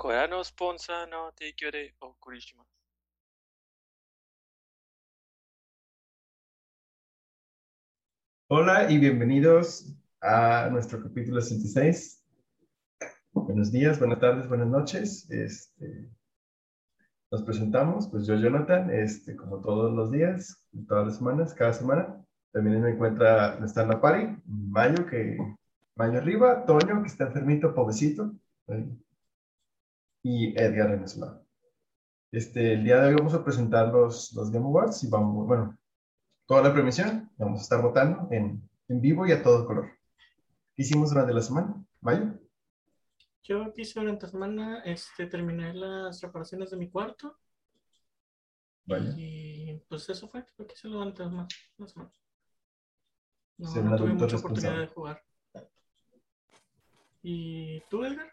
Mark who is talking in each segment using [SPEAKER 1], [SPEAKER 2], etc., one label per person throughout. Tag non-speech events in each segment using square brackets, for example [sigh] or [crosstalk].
[SPEAKER 1] 親のスポンサーの提供でお送りします。
[SPEAKER 2] Hola y bienvenidos a nuestro capítulo 66. Buenos días, buenas tardes, buenas noches. Este, nos presentamos, pues yo, Jonathan, este, como todos los días, todas las semanas, cada semana. También me encuentra nuestra la pari, Mayo, que Mayo arriba, Toño, que está enfermito, pobrecito, ¿vale? y Edgar en su lado. Este, el día de hoy vamos a presentar los, los Game Awards y vamos, bueno, toda la premiación. Vamos a estar votando en, en vivo y a todo color. ¿Qué hicimos durante la semana? ¿Mayo?
[SPEAKER 3] Yo quise durante la semana este, terminar las reparaciones de mi cuarto y pues eso fue lo que hice durante la sema- la semana. No,
[SPEAKER 2] Ser un
[SPEAKER 3] no tuve
[SPEAKER 2] adulto
[SPEAKER 3] mucha oportunidad
[SPEAKER 2] responsable.
[SPEAKER 3] de jugar. ¿Y tú, Edgar?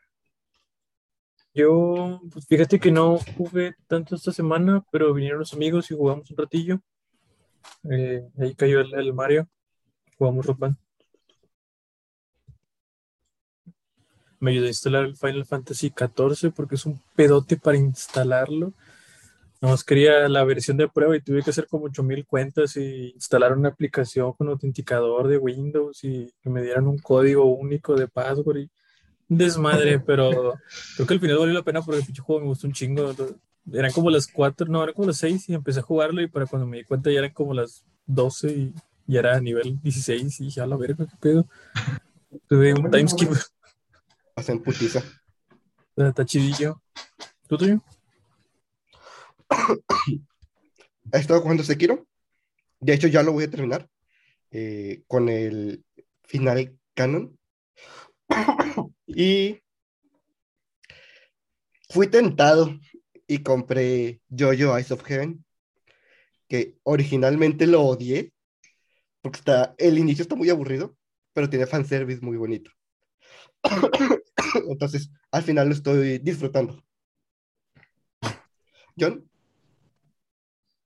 [SPEAKER 4] Yo, pues fíjate que no jugué tanto esta semana, pero vinieron los amigos y jugamos un ratillo. Eh, ahí cayó el, el Mario, jugamos Rock Band. Me ayudó a instalar el Final Fantasy XIV porque es un pedote para instalarlo. Nomás quería la versión de prueba y tuve que hacer como 8000 cuentas y instalar una aplicación con autenticador de Windows y que me dieran un código único de password y un desmadre, pero Creo que al final valió la pena porque el pinche juego me gustó un chingo. Eran como las 4, no, eran como las 6 y empecé a jugarlo y para cuando me di cuenta ya eran como las 12 y ya era nivel 16 y dije, a la verga, qué pedo. Tuve un time skip,
[SPEAKER 5] Hacen putiza.
[SPEAKER 4] está chidillo. ¿Tú tuyo?
[SPEAKER 5] He estado jugando Sekiro. De hecho, ya lo voy a terminar. eh, con el final canon. y fui tentado y compré Jojo Eyes of Heaven. Que originalmente lo odié. Porque está, el inicio está muy aburrido. Pero tiene fanservice muy bonito. [coughs] Entonces, al final lo estoy disfrutando. John.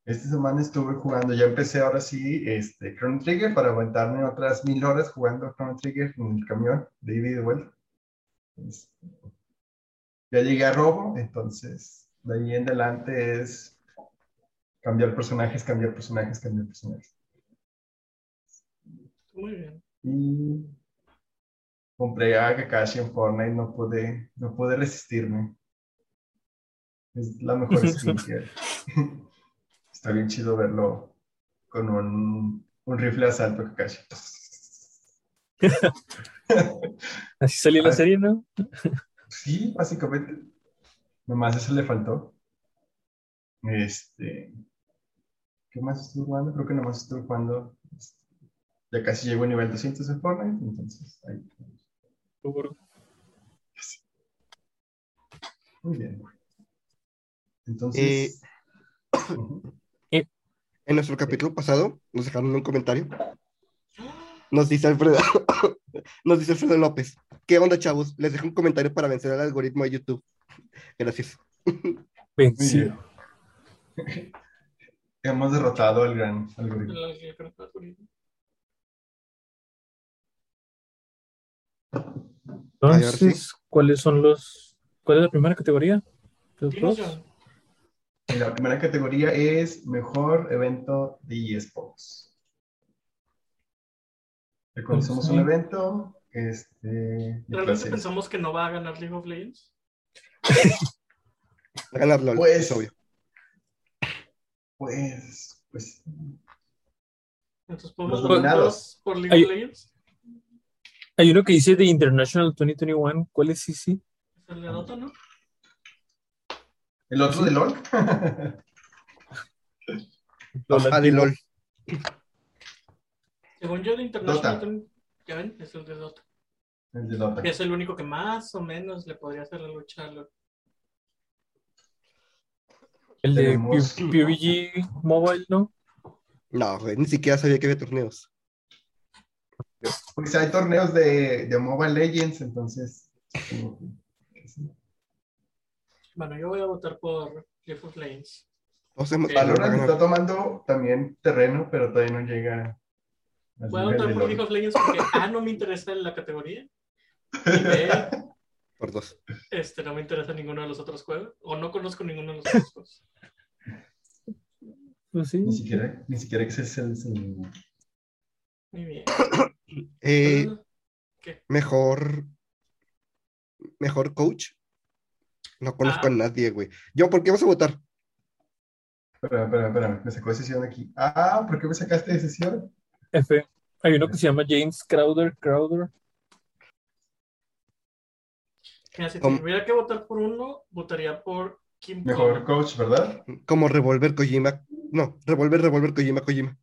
[SPEAKER 2] Esta semana estuve jugando, ya empecé ahora sí este, Chrono Trigger para aguantarme otras mil horas jugando Chrono Trigger en el camión de ida y de vuelta. Este, ya llegué a Robo, entonces de ahí en adelante es cambiar personajes, cambiar personajes, cambiar personajes.
[SPEAKER 3] Muy bien.
[SPEAKER 2] Y compré a Kakashi en Fortnite, no pude, no pude resistirme. Es la mejor skin que hay. [laughs] Está bien chido verlo con un, un rifle de asalto, Kakashi.
[SPEAKER 4] Así salió la
[SPEAKER 2] Ay.
[SPEAKER 4] serie, ¿no?
[SPEAKER 2] Sí, básicamente. Nomás eso le faltó. Este. ¿Qué más estuve jugando? Creo que nomás estuve jugando. este, Ya casi llego a nivel 200 en Fortnite, entonces ahí. Muy bien. Entonces. [coughs] ujú.
[SPEAKER 5] En nuestro capítulo pasado nos dejaron un comentario.
[SPEAKER 3] Ah,
[SPEAKER 5] Nos dice Alfredo, [coughs] nos dice Alfredo López. ¿Qué onda, chavos? Les dejo un comentario para vencer al algoritmo de YouTube. Gracias.
[SPEAKER 2] Muy
[SPEAKER 4] Vencido.
[SPEAKER 2] bien. [laughs] Hemos derrotado al gran algoritmo.
[SPEAKER 3] El- el gran algoritmo.
[SPEAKER 5] Ay, ahora
[SPEAKER 4] Entonces, ¿cuáles son los... ¿Cuál es la primera categoría? ¿Los
[SPEAKER 3] Dinos,
[SPEAKER 4] dos?
[SPEAKER 3] John.
[SPEAKER 2] Y la primera categoría es mejor evento de eSports. Reconocemos
[SPEAKER 4] Pues,
[SPEAKER 2] un
[SPEAKER 4] sí.
[SPEAKER 2] evento. Este. y
[SPEAKER 3] Realmente
[SPEAKER 2] pues,
[SPEAKER 3] pensamos que no va a ganar League of Legends.
[SPEAKER 5] Va a ganar LOL,
[SPEAKER 2] Pues-
[SPEAKER 5] es obvio.
[SPEAKER 2] Pues. Pues.
[SPEAKER 3] Entonces podemos
[SPEAKER 2] Los
[SPEAKER 3] votar
[SPEAKER 2] nominados.
[SPEAKER 3] todos por League
[SPEAKER 4] Ay.
[SPEAKER 3] of Legends.
[SPEAKER 4] Hay uno que dice The International 2021. ¿Cuál es ese?
[SPEAKER 3] Es el de Dota, ¿no?
[SPEAKER 2] El otro de LOL. [laughs]
[SPEAKER 5] Ah, de LOL.
[SPEAKER 3] Según yo, de
[SPEAKER 2] Dota.
[SPEAKER 3] International. Ya ven, es el de Dota.
[SPEAKER 2] El de Dota.
[SPEAKER 3] que es el único que más o menos le podría hacer la lucha a lo-
[SPEAKER 4] El de
[SPEAKER 2] Tenemos-
[SPEAKER 4] P- PUBG Mobile, ¿no?
[SPEAKER 5] No, güey, ni siquiera sabía que había torneos.
[SPEAKER 2] Pues hay torneos de, de Mobile Legends, entonces. supongo que sí.
[SPEAKER 3] Bueno, yo voy a votar por League of Legends.
[SPEAKER 5] Todos hemos
[SPEAKER 3] Sí.
[SPEAKER 5] va a
[SPEAKER 2] Valorant está
[SPEAKER 5] ganar.
[SPEAKER 2] tomando también terreno, pero todavía no llega. al
[SPEAKER 3] Voy a
[SPEAKER 2] nivel de
[SPEAKER 3] votar por
[SPEAKER 2] LOL. [laughs]
[SPEAKER 3] ah, League of Legends porque A, no me interesa en la categoría. Y B,
[SPEAKER 5] Por dos.
[SPEAKER 3] Este, no me interesa ninguno de los otros juegos. O no conozco ninguno de los otros juegos.
[SPEAKER 4] Pues sí.
[SPEAKER 2] Ni siquiera, ni siquiera que ese es el- es el-
[SPEAKER 3] Muy bien.
[SPEAKER 5] Eh,
[SPEAKER 3] Ah,
[SPEAKER 5] mejor. Mejor coach. No conozco a
[SPEAKER 3] Ah.
[SPEAKER 5] nadie, güey. Yo, ¿por qué vas a votar?
[SPEAKER 2] Espérame, espérame, espérame. Me sacó de sesión aquí. Ah, ¿por qué me sacaste de sesión?
[SPEAKER 4] F. Hay uno que se llama James Crowder. Crowder.
[SPEAKER 3] mira, si
[SPEAKER 5] ¿Cómo?
[SPEAKER 3] tuviera que votar por uno, votaría por Kim
[SPEAKER 2] Mejor
[SPEAKER 3] Kong.
[SPEAKER 2] coach, ¿verdad?
[SPEAKER 5] Como Revolver Kojima. No, Revolver, Revolver Kojima, Kojima.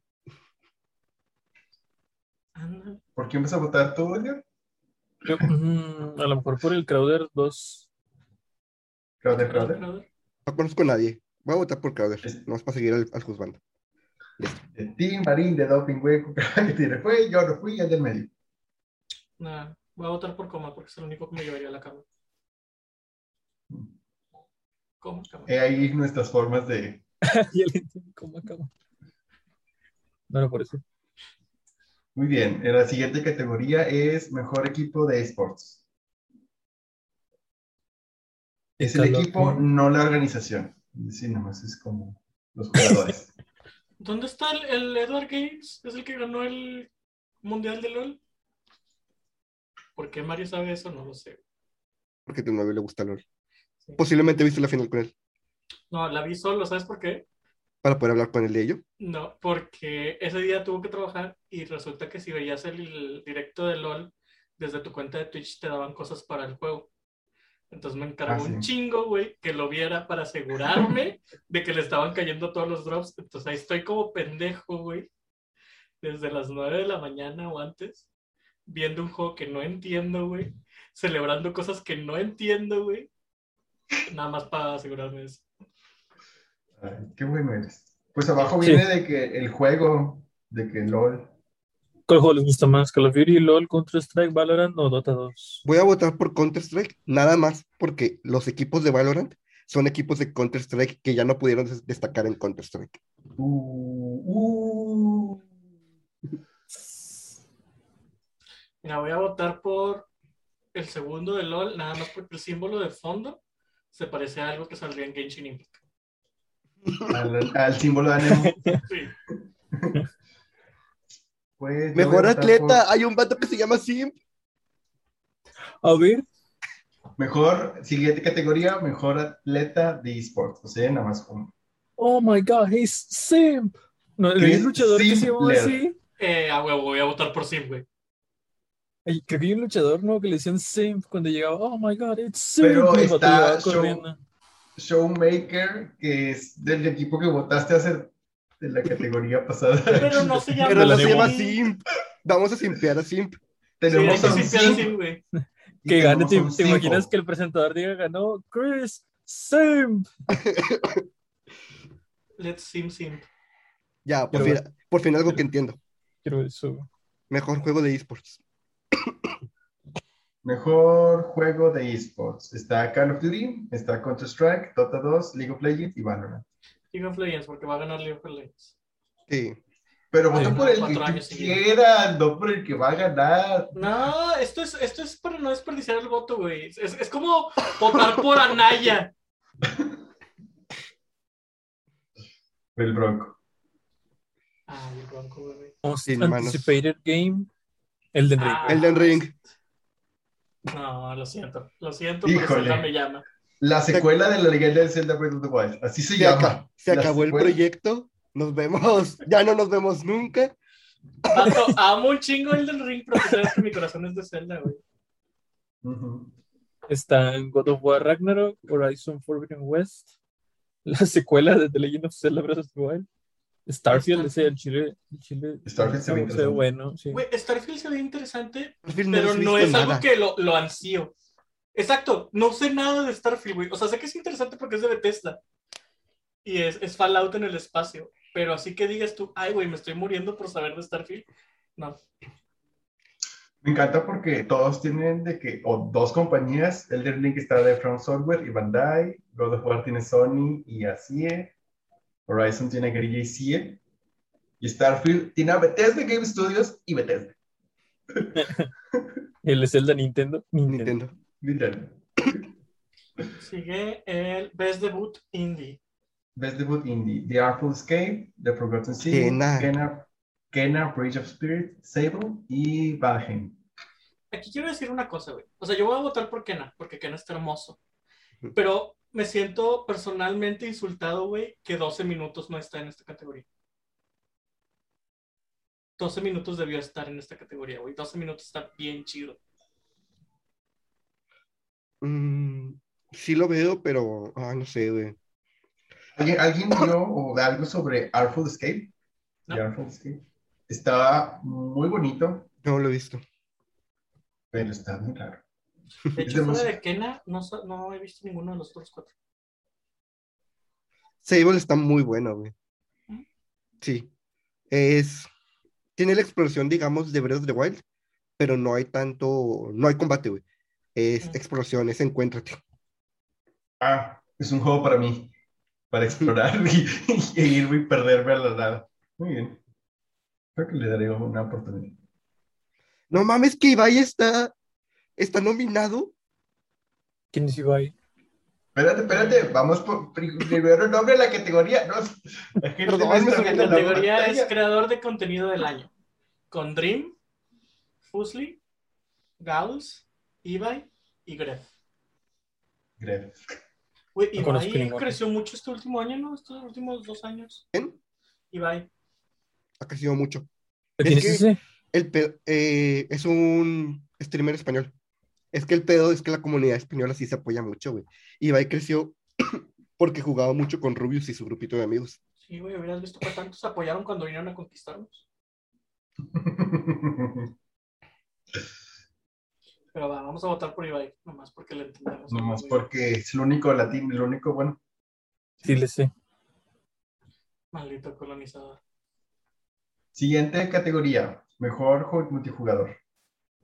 [SPEAKER 3] Anda,
[SPEAKER 2] ¿Por quién vas a votar tú, Edgar?
[SPEAKER 4] Yo, mm, a lo mejor por el Crowder [laughs] 2.
[SPEAKER 2] Crowder, Crowder.
[SPEAKER 3] brother.
[SPEAKER 5] No conozco a nadie. Voy a votar por Crowder.
[SPEAKER 2] Es-
[SPEAKER 5] Nomás para seguir al, al juzgando.
[SPEAKER 2] De ti, Marín, de Doping Hueco, [laughs] que tiene. Fue, yo no fui, allá del medio.
[SPEAKER 3] Nah, voy a votar por coma porque es el único que me llevaría a la cama. Coma, cama.
[SPEAKER 2] He ahí nuestras formas de.
[SPEAKER 4] Y él entiende cómo acabó. No era por eso.
[SPEAKER 2] Muy bien, en la siguiente categoría es mejor equipo de esports. Es el
[SPEAKER 4] Calor.
[SPEAKER 2] equipo, no la organización. Sí, nomás es como los
[SPEAKER 5] [laughs]
[SPEAKER 2] jugadores.
[SPEAKER 3] ¿Dónde está el, el Edward Games? ¿Es el que ganó el Mundial de LOL? ¿Por qué Mario sabe eso? No lo sé.
[SPEAKER 5] Porque a tu novio le gusta LOL. Posiblemente viste la final con él.
[SPEAKER 3] No, la vi solo, ¿sabes por qué?
[SPEAKER 5] Para poder hablar con él de ello.
[SPEAKER 3] No, porque ese día tuvo que trabajar y resulta que si veías el directo de LOL desde tu cuenta de Twitch te daban cosas para el juego. Entonces me encargó
[SPEAKER 2] Ah, sí.
[SPEAKER 3] un chingo, güey, que lo viera
[SPEAKER 2] [laughs]
[SPEAKER 3] para asegurarme de que le estaban cayendo todos los drops. Entonces ahí estoy como pendejo, güey, desde las 9 de la mañana o antes, viendo un juego que no entiendo, güey, celebrando cosas que no entiendo, güey, nada más para asegurarme de eso.
[SPEAKER 2] Ay, qué bueno eres. Pues abajo viene de que el juego, de que LOL.
[SPEAKER 4] ¿Cuál juego les gusta más? ¿Call of Duty, LOL, Counter-Strike, Valorant o Dota 2?
[SPEAKER 5] Voy a votar por Counter-Strike, nada más porque los equipos de Valorant son equipos de Counter-Strike que ya no pudieron des- destacar en Counter-Strike.
[SPEAKER 2] Uh, uh.
[SPEAKER 3] Mira, voy a votar por el segundo de LOL, nada más porque el símbolo de fondo se parece a algo que saldría en Genshin Impact.
[SPEAKER 2] Al, al símbolo de ánimo.
[SPEAKER 5] [laughs]
[SPEAKER 3] Sí.
[SPEAKER 2] Pues, yo
[SPEAKER 5] Mejor
[SPEAKER 2] voy a votar
[SPEAKER 5] atleta, hay un vato que se llama Sim.
[SPEAKER 4] A ver,
[SPEAKER 2] por- Mejor, siguiente categoría, mejor atleta de esports. O sea, nada más uno.
[SPEAKER 4] oh my god, he's simp. No, el
[SPEAKER 2] Chris
[SPEAKER 4] luchador que se llamaba
[SPEAKER 2] Simpler.
[SPEAKER 4] así.
[SPEAKER 3] Eh, a huevo, voy a votar por Sim, güey.
[SPEAKER 4] Ay, creo que hay un luchador no que le decían simp cuando llegaba. Oh my god, it's simp.
[SPEAKER 2] Pero
[SPEAKER 4] y el vato
[SPEAKER 2] está
[SPEAKER 4] llegaba
[SPEAKER 2] Show-
[SPEAKER 4] corriendo.
[SPEAKER 2] Showmaker, que es del equipo que votaste a hacer de la categoría
[SPEAKER 3] [laughs]
[SPEAKER 2] pasada.
[SPEAKER 3] Pero no se llama.
[SPEAKER 5] Pero no se
[SPEAKER 4] Sim.
[SPEAKER 5] llama Sim. Vamos a simpear a Sim.
[SPEAKER 3] Sí, hay
[SPEAKER 2] [laughs] Tenemos
[SPEAKER 3] que
[SPEAKER 2] a un
[SPEAKER 3] simpear a
[SPEAKER 2] cinco,
[SPEAKER 3] Sim, güey.
[SPEAKER 2] y
[SPEAKER 4] Que gane,
[SPEAKER 2] tenemos
[SPEAKER 4] ¿te,
[SPEAKER 2] a
[SPEAKER 4] te
[SPEAKER 2] un
[SPEAKER 4] imaginas
[SPEAKER 2] cinco.
[SPEAKER 4] que el presentador diga ganó Chris Simp?
[SPEAKER 3] Let's Sim Sim.
[SPEAKER 5] Ya, por
[SPEAKER 4] Pero
[SPEAKER 5] fin, por fin algo que entiendo.
[SPEAKER 4] Quiero eso.
[SPEAKER 5] Mejor juego de esports.
[SPEAKER 2] Mejor juego de esports. Está Call of Duty, está Counter-Strike, Dota 2, League of Legends y Valorant.
[SPEAKER 3] League of Legends, porque va a ganar League of Legends.
[SPEAKER 5] Sí.
[SPEAKER 2] Pero
[SPEAKER 4] Sí.
[SPEAKER 2] vota por el que
[SPEAKER 3] Cuatro años
[SPEAKER 2] tú
[SPEAKER 3] seguidos.
[SPEAKER 2] quieras, no por el que va a ganar.
[SPEAKER 3] No, esto es, esto es para no desperdiciar el voto, güey. Es, es como votar por Anaya.
[SPEAKER 2] El Bronco.
[SPEAKER 3] Ah, el bronco, güey.
[SPEAKER 4] Most
[SPEAKER 5] Sin manos.
[SPEAKER 4] Anticipated Game, el de
[SPEAKER 3] Ah.
[SPEAKER 5] Elden Ring.
[SPEAKER 3] No, lo siento. Lo siento, pero
[SPEAKER 2] Híjole.
[SPEAKER 3] Zelda me llama.
[SPEAKER 2] La secuela de la leyenda del Zelda Breath of the Wild. Así se
[SPEAKER 5] Se,
[SPEAKER 2] llama.
[SPEAKER 5] aca- se
[SPEAKER 2] La
[SPEAKER 5] acabó el
[SPEAKER 2] secuela.
[SPEAKER 5] proyecto. Nos vemos. [laughs] Ya no nos vemos nunca.
[SPEAKER 3] Vato, amo un chingo el del ring, pero tú sabes que mi corazón es de Zelda, güey.
[SPEAKER 2] Ujú.
[SPEAKER 4] Están God of War Ragnarok, Horizon Forbidden West, la secuela de The Legend of Zelda Breath of the Wild, Starfield, ese el chile, el chile
[SPEAKER 2] Starfield se ve
[SPEAKER 4] se
[SPEAKER 2] interesante.
[SPEAKER 4] bueno, sí.
[SPEAKER 3] Güey, Starfield se ve interesante,
[SPEAKER 5] Por fin
[SPEAKER 3] pero
[SPEAKER 5] les he
[SPEAKER 3] no
[SPEAKER 5] visto
[SPEAKER 3] es
[SPEAKER 5] nada.
[SPEAKER 3] algo que lo, lo ansío. Exacto, no sé nada de Starfield, güey. O sea, sé que es interesante porque es de Bethesda. Y es, es Fallout en el espacio. Pero así que digas tú, ay, güey, me estoy muriendo por saber de Starfield.
[SPEAKER 2] Me encanta porque todos tienen de que, o dos compañías, Elden Ring está de From Software y Bandai, God of War tiene Sony y ACIE, Horizon tiene Guerrilla y CIE, y Starfield tiene a Bethesda Game Studios y Bethesda.
[SPEAKER 4] El Zelda Nintendo, Nintendo.
[SPEAKER 5] Nintendo.
[SPEAKER 2] Literal.
[SPEAKER 3] Sigue el Best Debut Indie.
[SPEAKER 2] Best debut indie: The Artful Escape, The Forgotten City,
[SPEAKER 5] Kena.
[SPEAKER 2] Kena, Kena, Bridge of Spirit, Sable y Valheim.
[SPEAKER 3] Aquí quiero decir una cosa, güey. O sea, yo voy a votar por Kena, porque Kena está hermoso. Pero me siento personalmente insultado, güey, que 12 minutos no está en esta categoría. 12 minutos debió estar en esta categoría, güey. 12 minutos está bien chido.
[SPEAKER 5] Mm, sí lo veo, pero ah, no sé, güey.
[SPEAKER 2] ¿Alguien, alguien vio o algo sobre Artful Escape?
[SPEAKER 3] No.
[SPEAKER 2] The Artful Escape. Está muy bonito,
[SPEAKER 5] No lo he visto.
[SPEAKER 2] pero está muy raro.
[SPEAKER 3] De
[SPEAKER 2] Es
[SPEAKER 3] hecho, fuera
[SPEAKER 2] demasiado.
[SPEAKER 3] de Kena, no, so- no he visto ninguno de los otros cuatro.
[SPEAKER 5] Sable está muy bueno, güey. Sí. Es. Tiene la exploración, digamos, de Breath of the Wild, pero no hay tanto. No hay combate, güey. Es
[SPEAKER 3] Mm.
[SPEAKER 5] exploración, es encuéntrate.
[SPEAKER 2] Ah, es un juego para mí, para explorar [laughs] y, y irme y perderme a la nada. Muy bien. Creo que le daré una oportunidad.
[SPEAKER 5] No mames, que Ibai está. Está nominado.
[SPEAKER 4] ¿Quién es Ibai?
[SPEAKER 2] Espérate, espérate, vamos por pri- primero el nombre de la categoría. No, la gente
[SPEAKER 5] Perdón,
[SPEAKER 2] no está
[SPEAKER 5] me
[SPEAKER 3] La
[SPEAKER 5] sorprende
[SPEAKER 2] viendo la
[SPEAKER 3] categoría es
[SPEAKER 2] pantalla.
[SPEAKER 3] creador de contenido del año. Con Dream, Fusli, Gauss, Ibai y Gref.
[SPEAKER 2] [laughs] Gref.
[SPEAKER 3] Güey,
[SPEAKER 4] No conozco
[SPEAKER 3] Ibai
[SPEAKER 4] ninguno.
[SPEAKER 3] creció mucho este último año, ¿no? Estos últimos dos años.
[SPEAKER 5] ¿Quién?
[SPEAKER 3] Ibai.
[SPEAKER 5] ¿eh? Ha crecido mucho. Es
[SPEAKER 4] ¿Quién es
[SPEAKER 5] que-
[SPEAKER 4] ese?
[SPEAKER 5] El pe- eh, es un streamer español. Es que el pedo es que la comunidad española sí se apoya mucho, güey. Ibai creció [clears throat] porque jugaba mucho con Rubius y su grupito de amigos.
[SPEAKER 3] Sí, güey, hubieras visto que tantos apoyaron cuando vinieron a conquistarnos. Pero va, vamos a votar por Ibai, nomás porque le entendemos.
[SPEAKER 2] Nomás porque es el único latino, el único bueno.
[SPEAKER 4] Sí, le sé.
[SPEAKER 3] Maldito colonizador.
[SPEAKER 2] Siguiente categoría, mejor juego multijugador.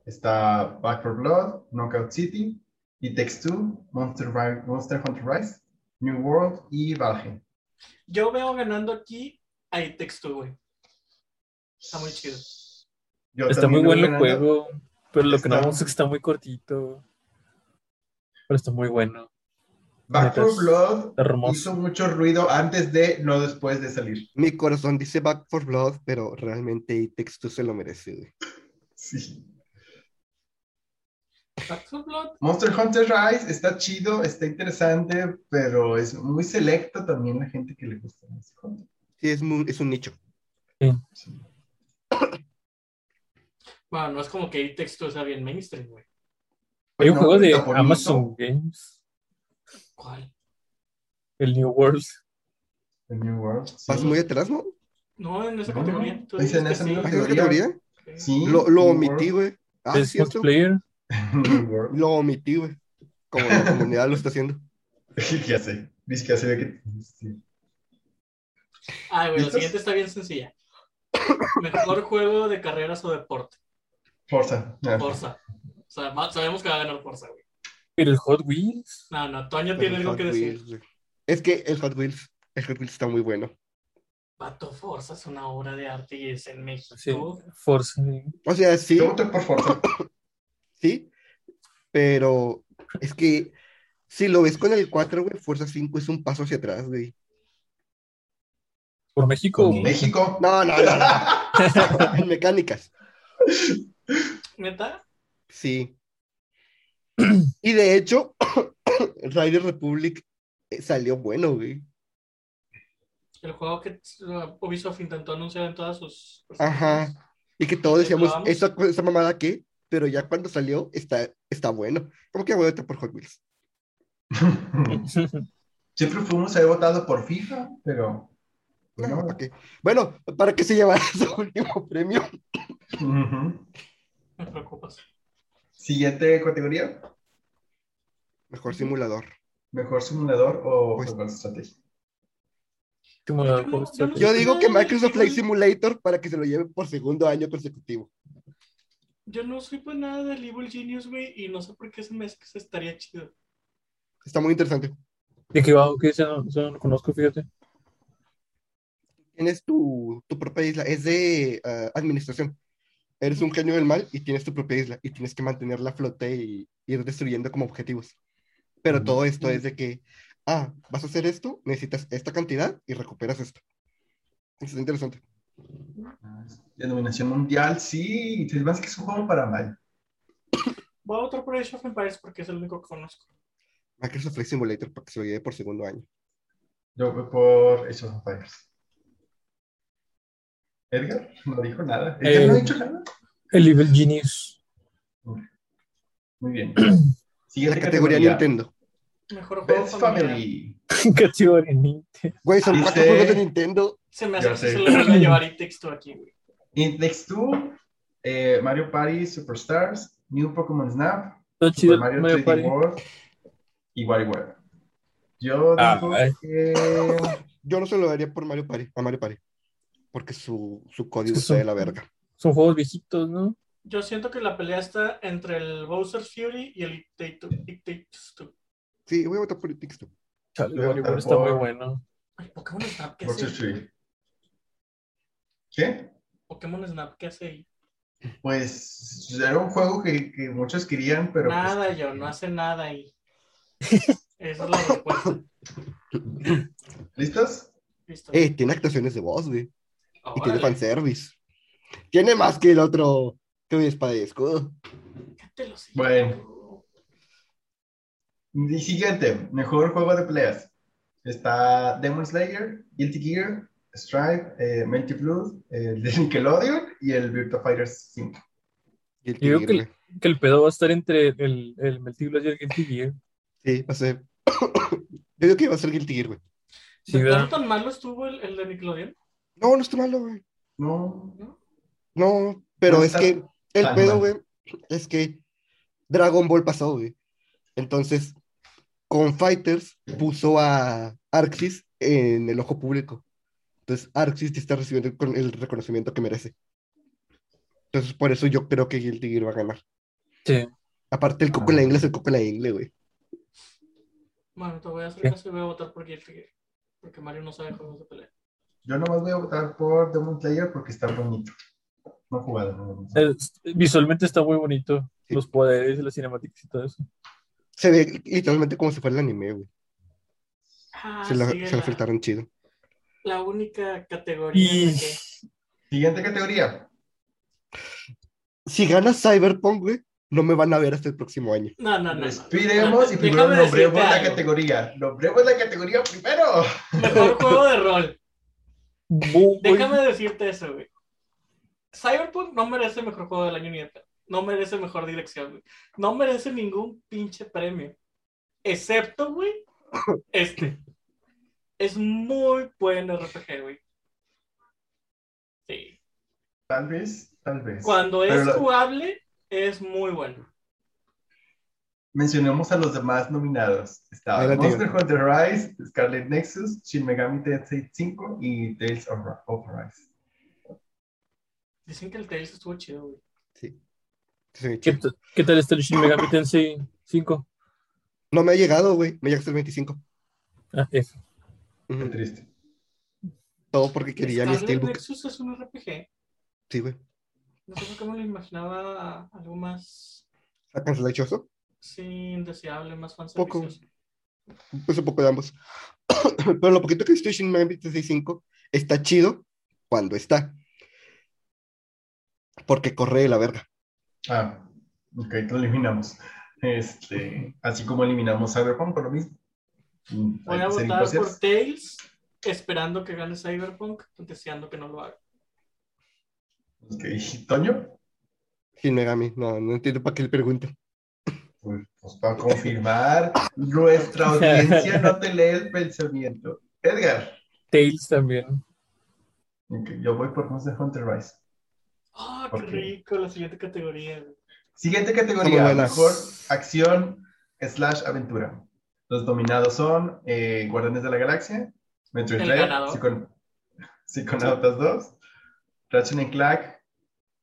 [SPEAKER 2] Está Back 4 Blood, Knockout City, It Takes Two, Monster, Ri- Monster Hunter Rise, New World y Valheim.
[SPEAKER 3] Yo veo ganando aquí a E texto güey. Está muy chido.
[SPEAKER 2] Yo
[SPEAKER 4] Está muy
[SPEAKER 2] también
[SPEAKER 4] bueno el
[SPEAKER 2] voy ganando.
[SPEAKER 4] juego, pero lo que
[SPEAKER 2] Está-
[SPEAKER 4] no es que está muy cortito. Pero está muy bueno.
[SPEAKER 2] Back 4
[SPEAKER 4] Neta,
[SPEAKER 2] Blood
[SPEAKER 4] Está hermoso.
[SPEAKER 2] hizo mucho ruido antes de, no después de salir.
[SPEAKER 5] Mi corazón dice Back for Blood, pero realmente Itex tú se lo merece, güey.
[SPEAKER 2] Sí.
[SPEAKER 3] Back 4 Blood,
[SPEAKER 2] Monster Hunter Rise está chido, está interesante, pero es muy selecto también la gente que le gusta Monster Hunter.
[SPEAKER 5] Sí, es, mu- es un nicho.
[SPEAKER 2] Sí.
[SPEAKER 3] bueno, no es como que E texto sea bien mainstream, güey.
[SPEAKER 4] Hay un
[SPEAKER 2] No,
[SPEAKER 4] juego de
[SPEAKER 2] está bonito.
[SPEAKER 4] Amazon Games,
[SPEAKER 3] ¿Cuál?
[SPEAKER 4] el New World.
[SPEAKER 2] The New World. sí.
[SPEAKER 5] Vas muy atrás, ¿no?
[SPEAKER 3] No, en esa
[SPEAKER 2] No,
[SPEAKER 3] categoría. Tú
[SPEAKER 2] es en
[SPEAKER 3] dices
[SPEAKER 2] esa
[SPEAKER 3] que sí,
[SPEAKER 2] misma
[SPEAKER 5] ¿Vas
[SPEAKER 3] güey.
[SPEAKER 5] en esa
[SPEAKER 2] Teoría.
[SPEAKER 5] categoría?
[SPEAKER 2] Sí,
[SPEAKER 5] Lo, lo
[SPEAKER 2] New World.
[SPEAKER 5] omití, güey. Ah,
[SPEAKER 4] es
[SPEAKER 5] cierto.
[SPEAKER 4] multiplayer.
[SPEAKER 2] [laughs] New World. [laughs]
[SPEAKER 5] Lo omití, güey. Como la comunidad lo está haciendo.
[SPEAKER 2] ya sé. Dice que ya se ve que. sí.
[SPEAKER 3] Ah, güey, la
[SPEAKER 2] ¿Listos?
[SPEAKER 3] siguiente está bien sencilla. Mejor juego de carreras o deporte.
[SPEAKER 2] Forza. Ah,
[SPEAKER 3] Forza. O sea, ma- sabemos que va a ganar Forza, güey.
[SPEAKER 4] Pero el Hot Wheels.
[SPEAKER 3] No, no, Toño [laughs]
[SPEAKER 5] Pero
[SPEAKER 3] tiene algo
[SPEAKER 5] Hot
[SPEAKER 3] que decir.
[SPEAKER 5] Wheels, güey. Es que el Hot Wheels, el Hot Wheels está muy bueno.
[SPEAKER 3] Pato Forza es una obra de arte y es en México.
[SPEAKER 4] Sí, Forza.
[SPEAKER 5] O sea, sí.
[SPEAKER 2] Yo voté por
[SPEAKER 5] [laughs]
[SPEAKER 2] Forza.
[SPEAKER 5] ¿sí? Pero es que si lo ves con el 4, güey, Fuerza 5 es un paso hacia atrás, güey.
[SPEAKER 4] Por México.
[SPEAKER 2] Con
[SPEAKER 4] [laughs]
[SPEAKER 2] México.
[SPEAKER 5] No, no, no, no. en mecánicas,
[SPEAKER 3] ¿Neta?
[SPEAKER 5] sí. Y de hecho, [coughs] Rider Republic eh, salió bueno, güey.
[SPEAKER 3] El juego que uh, Ubisoft intentó anunciar en todas sus...
[SPEAKER 5] Ajá. Y que todos decíamos,
[SPEAKER 3] Vamos.
[SPEAKER 5] esa, esa mamada qué, pero ya cuando salió está, está bueno. ¿Cómo que voy a por Hot Wheels?
[SPEAKER 2] [laughs] Siempre fuimos haber votado por FIFA, pero. pues,
[SPEAKER 5] No,
[SPEAKER 2] No.
[SPEAKER 5] ¿para qué? Bueno, ¿para qué se llevará [laughs] su último premio?
[SPEAKER 2] Ujú.
[SPEAKER 3] Me preocupas.
[SPEAKER 2] Siguiente categoría:
[SPEAKER 5] Mejor simulador.
[SPEAKER 2] mejor simulador o
[SPEAKER 5] Pues-
[SPEAKER 2] mejor estrategia.
[SPEAKER 4] Como
[SPEAKER 3] Yo
[SPEAKER 4] el juego
[SPEAKER 3] no-
[SPEAKER 4] está-
[SPEAKER 3] yo Pues, no-
[SPEAKER 5] Yo digo que
[SPEAKER 3] Ay,
[SPEAKER 5] Microsoft Flight
[SPEAKER 3] güey.
[SPEAKER 5] Simulator para que se lo lleve por segundo año consecutivo.
[SPEAKER 3] Yo no soy para nada del Evil Genius, güey, y no sé por qué se me hace que se estaría chido.
[SPEAKER 5] Está muy interesante.
[SPEAKER 4] ¿De qué va? ¿Qué es? Yo no, yo no lo conozco, fíjate.
[SPEAKER 5] Tienes tu, tu propia isla, es de ah, administración. Eres un genio del mal y tienes tu propia isla y tienes que mantenerla a flote y ir destruyendo como objetivos. Pero todo esto es de que, ah, vas a hacer esto, necesitas esta cantidad y recuperas esto. Eso es interesante.
[SPEAKER 2] Denominación mundial, sí. Se me hace que es un juego para mal.
[SPEAKER 3] Voy a votar por Age of Empires porque es el único que conozco.
[SPEAKER 5] Microsoft Flight Simulator para que se lo lleve por segundo año.
[SPEAKER 2] Yo voy por Age of Empires. Edgar no dijo nada. Edgar
[SPEAKER 4] Eh.
[SPEAKER 2] no ha dicho nada.
[SPEAKER 4] El Evil Genius. [laughs] [clears throat]
[SPEAKER 2] Muy bien.
[SPEAKER 5] La
[SPEAKER 2] Siguiente
[SPEAKER 5] categoría Nintendo.
[SPEAKER 3] Mejor juego
[SPEAKER 2] Best
[SPEAKER 3] familiar.
[SPEAKER 2] Family.
[SPEAKER 4] Categoría Nintendo.
[SPEAKER 5] Güey, son
[SPEAKER 2] Dice-
[SPEAKER 5] cuatro juegos de Nintendo.
[SPEAKER 3] Se me hace
[SPEAKER 2] Ya
[SPEAKER 3] que
[SPEAKER 2] sé.
[SPEAKER 3] se le van a
[SPEAKER 5] [clears throat]
[SPEAKER 3] llevar y texto aquí, güey.
[SPEAKER 2] Index 2, eh, Mario Party Superstars, New Pokémon Snap,
[SPEAKER 4] Está chido
[SPEAKER 2] Super
[SPEAKER 4] el
[SPEAKER 2] Mario,
[SPEAKER 4] Mario
[SPEAKER 2] 3D
[SPEAKER 4] Party.
[SPEAKER 2] World y WarioWare. Yo
[SPEAKER 4] Ah,
[SPEAKER 2] digo
[SPEAKER 4] ay.
[SPEAKER 2] que...
[SPEAKER 5] Yo no se lo daría por Mario Party, a Mario Party. Porque su, su código
[SPEAKER 4] Es que
[SPEAKER 5] está de
[SPEAKER 4] son-
[SPEAKER 5] la verga.
[SPEAKER 4] Son juegos viejitos, ¿no?
[SPEAKER 3] Yo siento que la pelea está entre el Bowser Fury y el It Take Two- It Takes Two.
[SPEAKER 5] Sí, voy a votar por el texto.
[SPEAKER 4] Chale,
[SPEAKER 2] Yo voy a
[SPEAKER 4] Mario
[SPEAKER 2] votar
[SPEAKER 4] está muy
[SPEAKER 2] por-
[SPEAKER 4] bueno.
[SPEAKER 3] Ay, Pokémon Snap, ¿qué hace?
[SPEAKER 2] Bowser
[SPEAKER 3] ahí?
[SPEAKER 2] Tree. ¿Qué?
[SPEAKER 3] Pokémon Snap, ¿qué hace ahí?
[SPEAKER 2] Pues era un juego que, que muchos querían, pero... pues,
[SPEAKER 3] nada, yo, no hace nada
[SPEAKER 5] [laughs]
[SPEAKER 3] ahí. Esa es la respuesta.
[SPEAKER 2] ¿Listos?
[SPEAKER 3] Listo.
[SPEAKER 5] Eh, tiene actuaciones de voz, güey. Y tiene
[SPEAKER 3] Órale.
[SPEAKER 5] fanservice. Tiene más que el otro que de espada y escudo.
[SPEAKER 3] Cállate los hijos.
[SPEAKER 2] Bueno. Y siguiente, mejor juego de peleas. Está Demon Slayer, Guilty Gear, Stripe, eh, Melty Blood, el de Nickelodeon y el Virtua Fighter 5.
[SPEAKER 5] Y el
[SPEAKER 4] Yo digo
[SPEAKER 5] tigre,
[SPEAKER 4] Que el pedo va a estar entre el, el Melty Blast y el ¿eh? Guilty Gear.
[SPEAKER 5] güey. Sí, va a ser. [coughs] Yo digo que va a ser Guilty Gear, güey.
[SPEAKER 4] Sí,
[SPEAKER 3] ¿De
[SPEAKER 4] ¿verdad?
[SPEAKER 3] tanto tan malo estuvo el, el de Nickelodeon?
[SPEAKER 5] No, no está malo, güey.
[SPEAKER 2] No,
[SPEAKER 5] No, pero
[SPEAKER 2] No
[SPEAKER 5] es
[SPEAKER 2] está
[SPEAKER 5] que el
[SPEAKER 2] tan mal.
[SPEAKER 5] pedo, güey, es que Dragon Ball pasó, güey. Entonces, con Fighters puso a Arxis en el ojo público. Entonces, Arxis te está recibiendo el, con- el reconocimiento que merece. Entonces, por eso yo creo que Guilty Gear va a ganar.
[SPEAKER 4] Sí.
[SPEAKER 5] Aparte, el coco en la inglés, el coco en la ingle, güey.
[SPEAKER 3] Bueno, te voy a hacer
[SPEAKER 4] ¿Qué?
[SPEAKER 3] caso y voy a votar por Guilty Gear. Porque Mario no sabe juegos de pelea.
[SPEAKER 2] yo nomás voy a votar por Demon Slayer porque está bonito. No he jugado. no, no sé.
[SPEAKER 4] Es- visualmente está muy bonito.
[SPEAKER 5] Sí.
[SPEAKER 4] Los poderes, las cinemáticas y todo eso.
[SPEAKER 5] Se ve literalmente como si fuera el anime, güey.
[SPEAKER 3] Ah,
[SPEAKER 5] se la,
[SPEAKER 3] sigue
[SPEAKER 5] se la
[SPEAKER 3] la-
[SPEAKER 5] filtraron chido.
[SPEAKER 3] la única categoría en la
[SPEAKER 4] Y-
[SPEAKER 3] que-
[SPEAKER 2] Siguiente categoría.
[SPEAKER 5] Si gana Cyberpunk, güey, no me van a ver hasta el próximo año.
[SPEAKER 3] No, no, no, no.
[SPEAKER 2] Respiremos y
[SPEAKER 3] Déjame
[SPEAKER 2] primero
[SPEAKER 3] decirte
[SPEAKER 2] nombremos la
[SPEAKER 3] algo.
[SPEAKER 2] categoría. Nombremos la categoría primero.
[SPEAKER 3] Mejor juego de rol.
[SPEAKER 4] Bu-
[SPEAKER 3] Déjame decirte eso, güey. Cyberpunk no merece el mejor juego del año ni de pedo. No merece mejor dirección, güey. No merece ningún pinche premio. Excepto, güey, este. Es muy buen RPG, güey. Sí.
[SPEAKER 2] Tal vez, tal vez.
[SPEAKER 3] Cuando
[SPEAKER 2] Pero
[SPEAKER 3] es
[SPEAKER 2] la-
[SPEAKER 3] jugable, es muy bueno.
[SPEAKER 2] Mencionemos a los demás nominados. Estaba
[SPEAKER 5] Adelante,
[SPEAKER 2] Monster Hunter Rise, Scarlet Nexus, Shin Megami Tensei 5 y Tales of, Ra- of Rise.
[SPEAKER 3] Dicen que el Tales estuvo chido, güey.
[SPEAKER 5] Se ve
[SPEAKER 4] ¿Qué,
[SPEAKER 5] chido.
[SPEAKER 4] t- qué tal está el Shin Megami Tensei 5?
[SPEAKER 5] No me ha llegado, güey. Me llega hasta el 25.
[SPEAKER 4] Ah, F.
[SPEAKER 5] Ujú.
[SPEAKER 2] Qué triste.
[SPEAKER 5] Todo porque quería mi
[SPEAKER 3] Scarlet
[SPEAKER 5] Steelbook.
[SPEAKER 3] Nexus es un RPG.
[SPEAKER 5] Sí, güey.
[SPEAKER 3] No sé por qué me lo imaginaba algo más
[SPEAKER 5] ¿Está canceladchoso?
[SPEAKER 3] sí, indeseable, más fanservicioso.
[SPEAKER 5] Poco. Pues un poco de ambos. [coughs] Pero lo poquito que estoy en Megami 365 está chido cuando está. Porque corre de la verga.
[SPEAKER 2] Ah, ok, lo eliminamos. Este, así como eliminamos Cyberpunk por lo mismo. Mm,
[SPEAKER 3] Voy
[SPEAKER 2] hay
[SPEAKER 3] a
[SPEAKER 2] que ser
[SPEAKER 3] votar por
[SPEAKER 2] imparciales.
[SPEAKER 3] Tails, esperando que gane Cyberpunk, deseando que no lo haga.
[SPEAKER 2] Ok, Toño,
[SPEAKER 5] Shin Megami. No, no entiendo para qué le pregunto. [laughs]
[SPEAKER 2] pues, pues, para confirmar, nuestra audiencia no te lee el pensamiento. Edgar,
[SPEAKER 4] Tails también.
[SPEAKER 2] ok, yo voy por Monster Hunter Rise.
[SPEAKER 3] ¡Ah, qué
[SPEAKER 2] Ok.
[SPEAKER 3] rico! La siguiente categoría. güey.
[SPEAKER 2] Siguiente
[SPEAKER 5] Está
[SPEAKER 2] categoría,
[SPEAKER 5] muy buena.
[SPEAKER 2] mejor acción slash aventura. Los dominados son eh, Guardianes de la Galaxia, Metroid
[SPEAKER 3] El
[SPEAKER 2] Dread,
[SPEAKER 3] ganador.
[SPEAKER 2] Psychon- Psychonautas 2, Ratchet and Clank,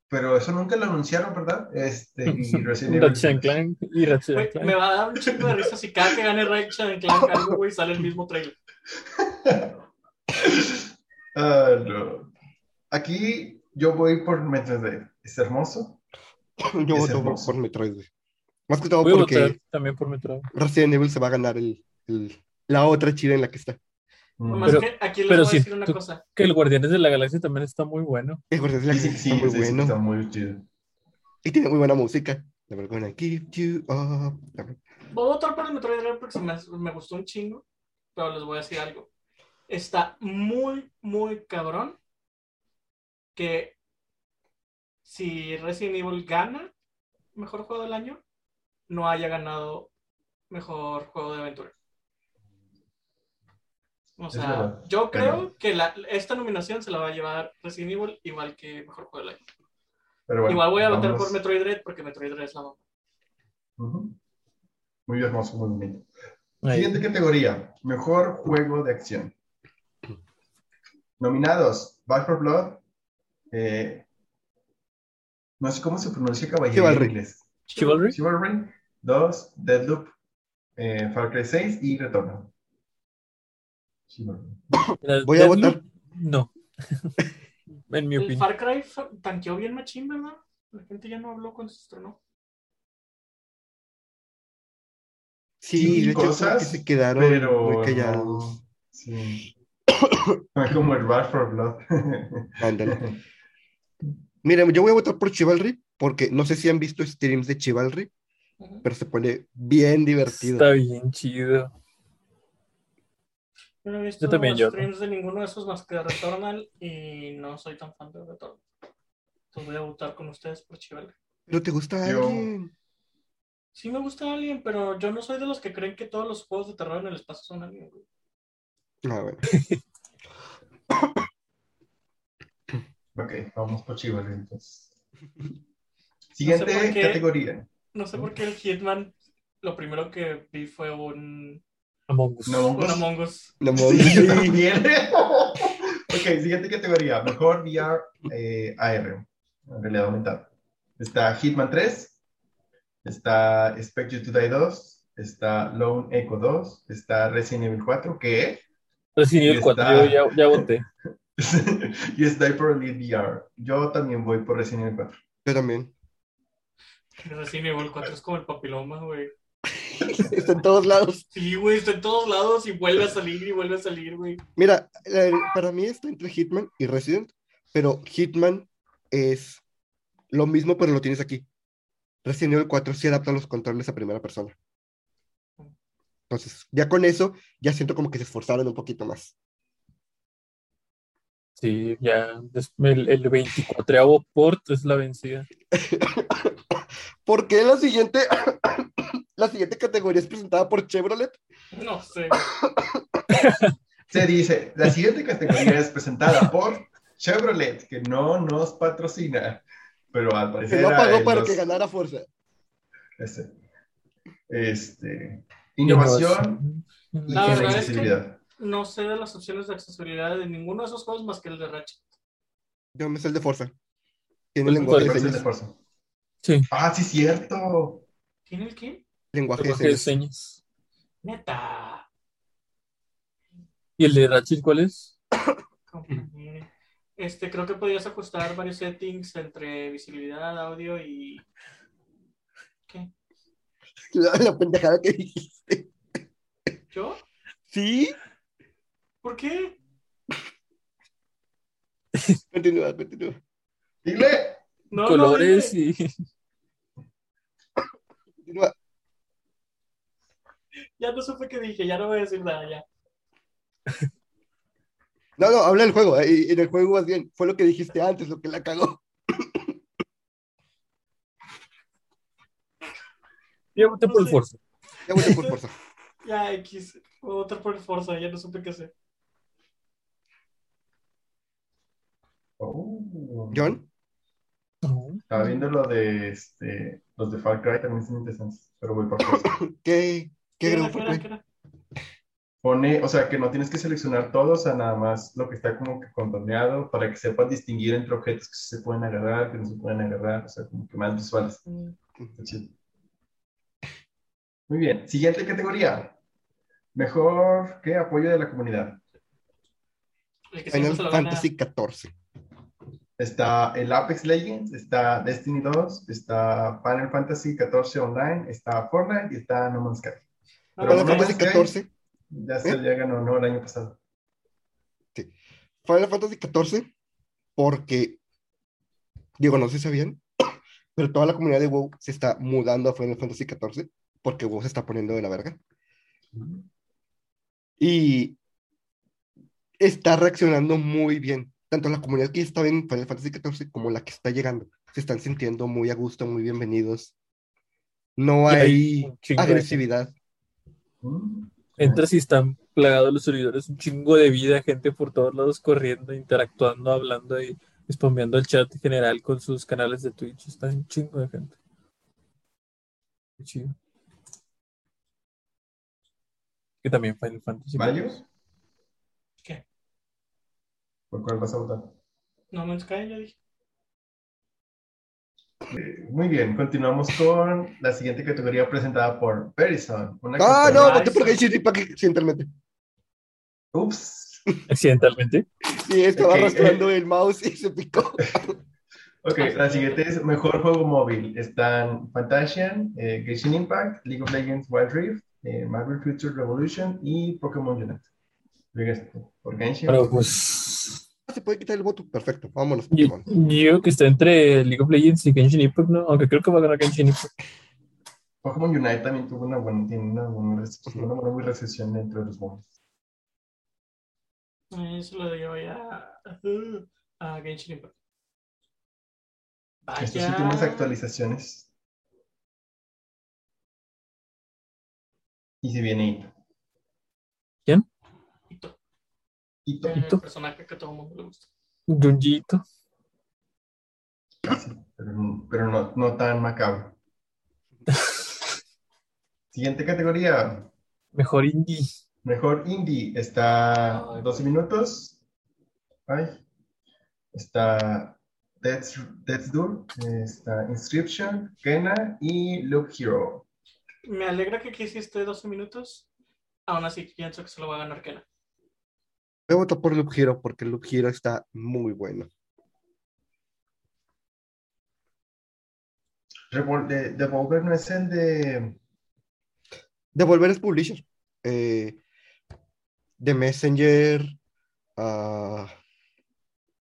[SPEAKER 2] pero eso nunca lo anunciaron, ¿verdad? Este, y Resident Evil.
[SPEAKER 4] Ratchet and Clank y Ratchet and
[SPEAKER 3] Güey, me
[SPEAKER 4] Clank.
[SPEAKER 3] va a dar un chingo de risa si cada que gane Ratchet and Clank algo, güey, sale el mismo trailer.
[SPEAKER 2] [laughs] Ah, no. Aquí yo voy por Metroid Dread. Es hermoso.
[SPEAKER 5] Yo
[SPEAKER 2] Es
[SPEAKER 5] voto por-
[SPEAKER 2] hermoso.
[SPEAKER 5] por Metroid, güey. Más que todo
[SPEAKER 4] Voy a
[SPEAKER 5] porque
[SPEAKER 4] votar también por Metroid.
[SPEAKER 5] Resident Evil se va a ganar el, el- la otra chida en la que está.
[SPEAKER 2] Mm.
[SPEAKER 3] Nomás
[SPEAKER 4] Pero-
[SPEAKER 3] que aquí les
[SPEAKER 4] pero
[SPEAKER 3] voy a
[SPEAKER 4] sí,
[SPEAKER 3] decir una
[SPEAKER 4] tú-
[SPEAKER 3] cosa.
[SPEAKER 4] Que el Guardianes de la Galaxia también está muy bueno.
[SPEAKER 5] Es verdad, es la que
[SPEAKER 2] Dicen que sí,
[SPEAKER 5] está muy
[SPEAKER 2] dicen que
[SPEAKER 5] bueno.
[SPEAKER 2] está muy chido.
[SPEAKER 5] Y tiene muy buena música. La verdad, gonna give you up. La verdad.
[SPEAKER 3] Voy a votar por el Metroid Dread porque se me, me gustó un chingo, pero les voy a decir algo. Está muy, muy cabrón que si Resident Evil gana mejor juego del año, no haya ganado mejor juego de aventura. O
[SPEAKER 2] Es
[SPEAKER 3] sea,
[SPEAKER 2] verdad.
[SPEAKER 3] yo creo
[SPEAKER 2] Pero-
[SPEAKER 3] que la- esta nominación se la va a llevar Resident Evil igual que mejor juego del año.
[SPEAKER 2] Pero bueno,
[SPEAKER 3] igual voy a votar
[SPEAKER 2] vamos-
[SPEAKER 3] por Metroid Dread porque Metroid Dread es la mamá.
[SPEAKER 2] Ujú. Muy hermoso, muy bonito.
[SPEAKER 4] Ahí.
[SPEAKER 2] Siguiente categoría, mejor juego de acción. Nominados, Back for Blood, eh, no sé cómo se pronuncia caballero en
[SPEAKER 5] Chivalry.
[SPEAKER 2] inglés.
[SPEAKER 4] Chivalry.
[SPEAKER 2] Chivalry, 2, Deadloop, eh, Far Cry 6 y Retorno. Chivalry.
[SPEAKER 4] Mira,
[SPEAKER 5] Voy a
[SPEAKER 4] Deadloop,
[SPEAKER 5] votar.
[SPEAKER 4] No. [laughs] en mi
[SPEAKER 3] El
[SPEAKER 4] opinión.
[SPEAKER 3] Far Cry fa- tanqueó bien machín, ¿verdad? La gente ya no habló cuando se estrenó.
[SPEAKER 5] Sí,
[SPEAKER 2] Sí,
[SPEAKER 5] de hecho, como
[SPEAKER 2] cosas,
[SPEAKER 5] que se quedaron
[SPEAKER 2] Pero.
[SPEAKER 5] muy callados.
[SPEAKER 2] no, sí. Fue como el Back for Blood. [laughs]
[SPEAKER 5] Ándale. Mira, yo voy a votar por Chivalry porque no sé si han visto streams de Chivalry,
[SPEAKER 3] Ujú.
[SPEAKER 5] pero se pone bien divertido.
[SPEAKER 4] Está bien chido.
[SPEAKER 3] Yo no he visto
[SPEAKER 4] Yo también
[SPEAKER 3] los
[SPEAKER 4] lloro.
[SPEAKER 3] streams de ninguno de esos más que de Returnal y no soy tan fan de Returnal. Entonces voy a votar con ustedes por Chivalry.
[SPEAKER 5] ¿No te gusta
[SPEAKER 2] Yo-
[SPEAKER 5] alguien?
[SPEAKER 3] Sí me gusta Alien, pero yo no soy de los que creen que todos los juegos de terror en el espacio son Alien. güey.
[SPEAKER 5] Ah, bueno.
[SPEAKER 2] ok, vamos por Chivalry entonces.
[SPEAKER 3] sé por
[SPEAKER 2] Siguiente
[SPEAKER 3] qué.
[SPEAKER 2] categoría.
[SPEAKER 3] No sé por qué el Hitman, lo primero que vi fue un,
[SPEAKER 4] Among Us.
[SPEAKER 2] No,
[SPEAKER 3] un
[SPEAKER 2] vamos.
[SPEAKER 3] Among Us.
[SPEAKER 5] No,
[SPEAKER 2] Sí, yo
[SPEAKER 5] mames.
[SPEAKER 2] también. [laughs] ok, siguiente categoría. Mejor VR eh, AR. En realidad aumentada. Está Hitman 3. Está Expect You to Die 2. Está Lone Echo 2. Está Resident Evil 4. ¿Qué?
[SPEAKER 4] Resident Evil
[SPEAKER 2] Está-
[SPEAKER 4] 4, yo ya, ya voté.
[SPEAKER 2] [laughs] y Sniper Elite VR. Yo también voy por Resident Evil 4.
[SPEAKER 5] [laughs] Yo también.
[SPEAKER 3] Resident Evil 4 es como el papiloma, güey.
[SPEAKER 5] Está en todos lados.
[SPEAKER 3] Sí, güey, está en todos lados y vuelve a salir y vuelve a salir, güey.
[SPEAKER 5] Mira, eh, para mí está entre Hitman y Resident, pero Hitman es lo mismo, pero lo tienes aquí. Resident Evil 4 sí adapta los controles a primera persona. Entonces, ya con eso, ya siento como que se esforzaron un poquito más.
[SPEAKER 4] Sí, ya. des- El, el 24 port es la vencida.
[SPEAKER 5] Porque la siguiente, [coughs] la siguiente categoría es presentada por Chevrolet.
[SPEAKER 3] No sé.
[SPEAKER 2] Se dice, la siguiente categoría es presentada por Chevrolet, que no nos patrocina, pero al
[SPEAKER 5] Se
[SPEAKER 2] parecer...
[SPEAKER 5] lo pagó
[SPEAKER 2] eh,
[SPEAKER 5] para
[SPEAKER 2] los-
[SPEAKER 5] que ganara fuerza.
[SPEAKER 2] ese. Este, innovación y
[SPEAKER 3] La verdad es que-
[SPEAKER 2] accesibilidad.
[SPEAKER 3] No sé de las opciones de accesibilidad de ninguno de esos juegos más que el de Ratchet.
[SPEAKER 5] Yo me sé el de fuerza. Tiene
[SPEAKER 4] Pues,
[SPEAKER 5] lenguaje de
[SPEAKER 4] pues,
[SPEAKER 5] señas.
[SPEAKER 2] esfuerzo.
[SPEAKER 4] Sí.
[SPEAKER 2] Ah, sí, cierto.
[SPEAKER 3] ¿Tiene el qué?
[SPEAKER 5] Lenguaje de
[SPEAKER 4] lenguaje de
[SPEAKER 5] señas.
[SPEAKER 4] señas.
[SPEAKER 3] Neta.
[SPEAKER 4] ¿Y el de Ratchet cuál es?
[SPEAKER 3] compañero. Este, creo que podías ajustar varios settings entre visibilidad, audio y. ¿Qué?
[SPEAKER 5] La, [laughs] la pendejada que dijiste.
[SPEAKER 3] ¿Yo?
[SPEAKER 5] Sí.
[SPEAKER 3] ¿Por qué?
[SPEAKER 5] Continúa, continúa.
[SPEAKER 2] Dile.
[SPEAKER 3] No,
[SPEAKER 4] Colores
[SPEAKER 3] no, dime.
[SPEAKER 4] y. [laughs]
[SPEAKER 5] continúa.
[SPEAKER 3] Ya no supe qué dije, ya no voy a decir nada ya.
[SPEAKER 5] No, no, habla del juego. eh, En el juego más bien. Fue lo que dijiste antes, lo que la cagó.
[SPEAKER 4] Yo voté por el
[SPEAKER 3] Sí.
[SPEAKER 4] Forza.
[SPEAKER 5] Ya pues, voté por fuerza.
[SPEAKER 3] Ya, X. Voy a votar por el Forza, ya no supe qué hacer.
[SPEAKER 2] Oh.
[SPEAKER 5] John,
[SPEAKER 2] Estaba viendo lo de este, los de Far Cry, también son interesantes, pero voy por fuerza.
[SPEAKER 5] ¿qué, qué gran
[SPEAKER 3] era,
[SPEAKER 5] fue?
[SPEAKER 3] era, qué era?
[SPEAKER 2] Pone, o sea, que no tienes que seleccionar todos, o sea, nada más lo que está como que contorneado para que sepas distinguir entre objetos que sí se pueden agarrar, que no se pueden agarrar, o sea, como que más visuales.
[SPEAKER 3] Mm,
[SPEAKER 2] Está chido. Muy bien, siguiente categoría. Mejor que apoyo de la comunidad.
[SPEAKER 3] El que siempre
[SPEAKER 5] Final
[SPEAKER 3] se lo gana.
[SPEAKER 5] Fantasy XIV.
[SPEAKER 2] Está el Apex Legends, está Destiny 2, está Final Fantasy 14 Online, está Fortnite y está No Man's Sky.
[SPEAKER 3] Ah,
[SPEAKER 2] Pero
[SPEAKER 5] Final
[SPEAKER 2] no
[SPEAKER 5] Fantasy
[SPEAKER 2] Man's Sky
[SPEAKER 5] 14.
[SPEAKER 2] Ya se ya ganó, ¿no? El año pasado.
[SPEAKER 5] Final Fantasy 14, porque, digo, no sé si sabían, pero toda la comunidad de WoW se está mudando a Final Fantasy 14 porque WoW se está poniendo de la verga. Y está reaccionando muy bien. Tanto la comunidad que está en Final Fantasy XIV como la que está llegando. Se están sintiendo muy a gusto, muy bienvenidos. No
[SPEAKER 4] Y
[SPEAKER 5] hay
[SPEAKER 4] un chingo de
[SPEAKER 5] agresividad.
[SPEAKER 2] Mm.
[SPEAKER 4] Entras y están plagados los servidores, un chingo de vida, gente por todos lados corriendo, interactuando, hablando y spameando el chat general con sus canales de Twitch. Está un chingo de gente. Qué chido. Que también Final Fantasy.
[SPEAKER 2] ¿Varios?
[SPEAKER 3] ¿Qué?
[SPEAKER 2] ¿Por cuál vas a votar?
[SPEAKER 3] No Man's Sky, ya dije.
[SPEAKER 2] Eh, Muy bien, continuamos con la siguiente categoría presentada por Verizon. Una
[SPEAKER 5] Ah,
[SPEAKER 2] categoría-
[SPEAKER 5] no, voté por Genshin para que accidentalmente.
[SPEAKER 2] Ups.
[SPEAKER 4] Accidentalmente.
[SPEAKER 5] Sí, estaba
[SPEAKER 2] Ok,
[SPEAKER 4] eh.
[SPEAKER 5] arrastrando el mouse y se picó.
[SPEAKER 2] Ok, la siguiente es mejor juego móvil. Están Fantasian, eh, Genshin Impact, League of Legends Wild Rift, eh, Marvel Future Revolution y Pokémon Unite. Llegas tú, por Genshin.
[SPEAKER 4] Pero pues.
[SPEAKER 5] Ah, Se puede quitar el voto. Perfecto, vámonos,
[SPEAKER 4] Yo,
[SPEAKER 5] Pokémon.
[SPEAKER 4] yo que está entre League of Legends y Genshin Impact, ¿no? Aunque creo que va a ganar Genshin Impact.
[SPEAKER 2] Pokémon Unite también tuvo una buena, tiene una buena, rece- una buena recepción dentro de los móviles.
[SPEAKER 3] Eh, se lo digo ya a Genshin Impact. Vaya.
[SPEAKER 2] Estas últimas actualizaciones. Y si viene Ito.
[SPEAKER 3] Ito,
[SPEAKER 2] Ito,
[SPEAKER 3] El
[SPEAKER 4] Ito.
[SPEAKER 3] personaje que a todo el mundo le gusta.
[SPEAKER 4] Junjiito.
[SPEAKER 2] casi, pero, no- pero no, no tan macabro. Siguiente categoría.
[SPEAKER 4] Mejor indie.
[SPEAKER 2] Mejor indie está
[SPEAKER 3] Ay.
[SPEAKER 2] 12 minutos. Ay. Está Death's, Death's Door, está Inscription, Kena y Look Hero.
[SPEAKER 3] Me alegra que aquí hiciste 12 minutos. Aún así, pienso que se lo va a ganar Kena.
[SPEAKER 5] Voy a votar por Loop Hero porque Loop Hero está muy bueno.
[SPEAKER 2] Revol- de- Devolver no es el de.
[SPEAKER 5] Devolver es publisher. Eh, The Messenger. ah,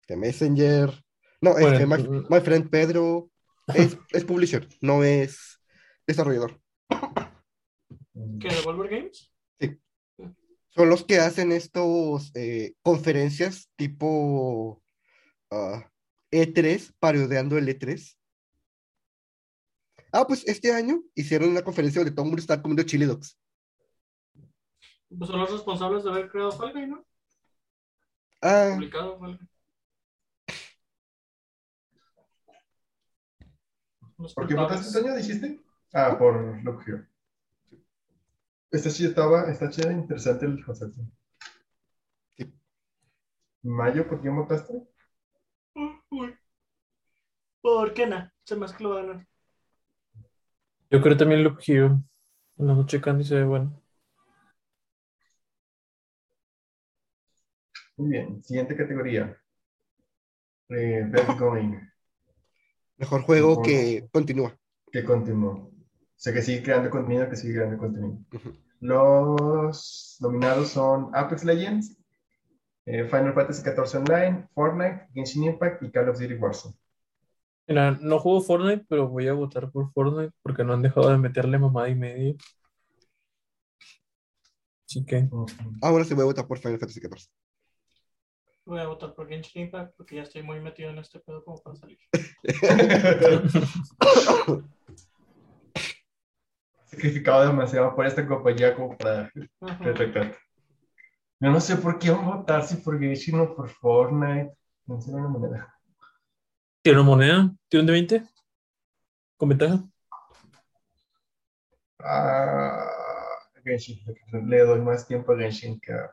[SPEAKER 5] The Messenger. No,
[SPEAKER 4] Bueno,
[SPEAKER 5] este, my,
[SPEAKER 4] tú-
[SPEAKER 5] My Friend Pedro. Es, es publisher, no es desarrollador.
[SPEAKER 2] mm,
[SPEAKER 3] ¿Que Devolver Games?
[SPEAKER 5] Son los que hacen estos eh, conferencias tipo ah, E3, parodiando el E3. Ah, pues este año hicieron una conferencia donde todo el mundo está comiendo chili dogs.
[SPEAKER 3] Pues son los responsables de haber creado Fall Guy, ¿no?
[SPEAKER 2] Eh.
[SPEAKER 5] Ah,
[SPEAKER 3] Publicado Fall Guy. Los
[SPEAKER 2] ¿Por qué
[SPEAKER 3] culpables.
[SPEAKER 2] votaste año, dijiste? Ah, por Look Hero. Está chido, estaba, está chido, interesante el concepto.
[SPEAKER 5] Sí.
[SPEAKER 2] Mayo, ¿por qué votaste?
[SPEAKER 3] Uy, uy. Por Kena. Se me hace que lo va a ganar.
[SPEAKER 4] Yo creo también Loop Hero. Lo ando checando y se ve bueno.
[SPEAKER 2] Muy bien, siguiente categoría. Eh,
[SPEAKER 5] [laughs]
[SPEAKER 2] Best Going,
[SPEAKER 5] mejor juego
[SPEAKER 2] Mejor.
[SPEAKER 5] que continúa.
[SPEAKER 2] que continuó. Sé que sigue creando contenido, que sigue creando contenido.
[SPEAKER 5] Ujú.
[SPEAKER 2] Los nominados son Apex Legends, eh, Final Fantasy XIV Online, Fortnite, Genshin Impact y Call of Duty Warzone.
[SPEAKER 4] Mira, no juego Fortnite, pero voy a votar por Fortnite porque no han dejado de meterle mamada y media. Así que,
[SPEAKER 2] Ujú.
[SPEAKER 5] Ahora se voy a votar por Final Fantasy XIV.
[SPEAKER 3] Voy a votar por Genshin Impact porque ya estoy muy metido en este pedo como para salir.
[SPEAKER 2] Sacrificado demasiado por esta compañía como para
[SPEAKER 3] Ajá.
[SPEAKER 2] detectar. Yo no sé por qué van a votar, si por Genshin o por Fortnite. No sé de una manera.
[SPEAKER 4] ¿tiene una moneda? ¿Tiene un de 20? ¿Con ventaja?
[SPEAKER 2] Ah, Genshin. Le doy más tiempo a Genshin que a.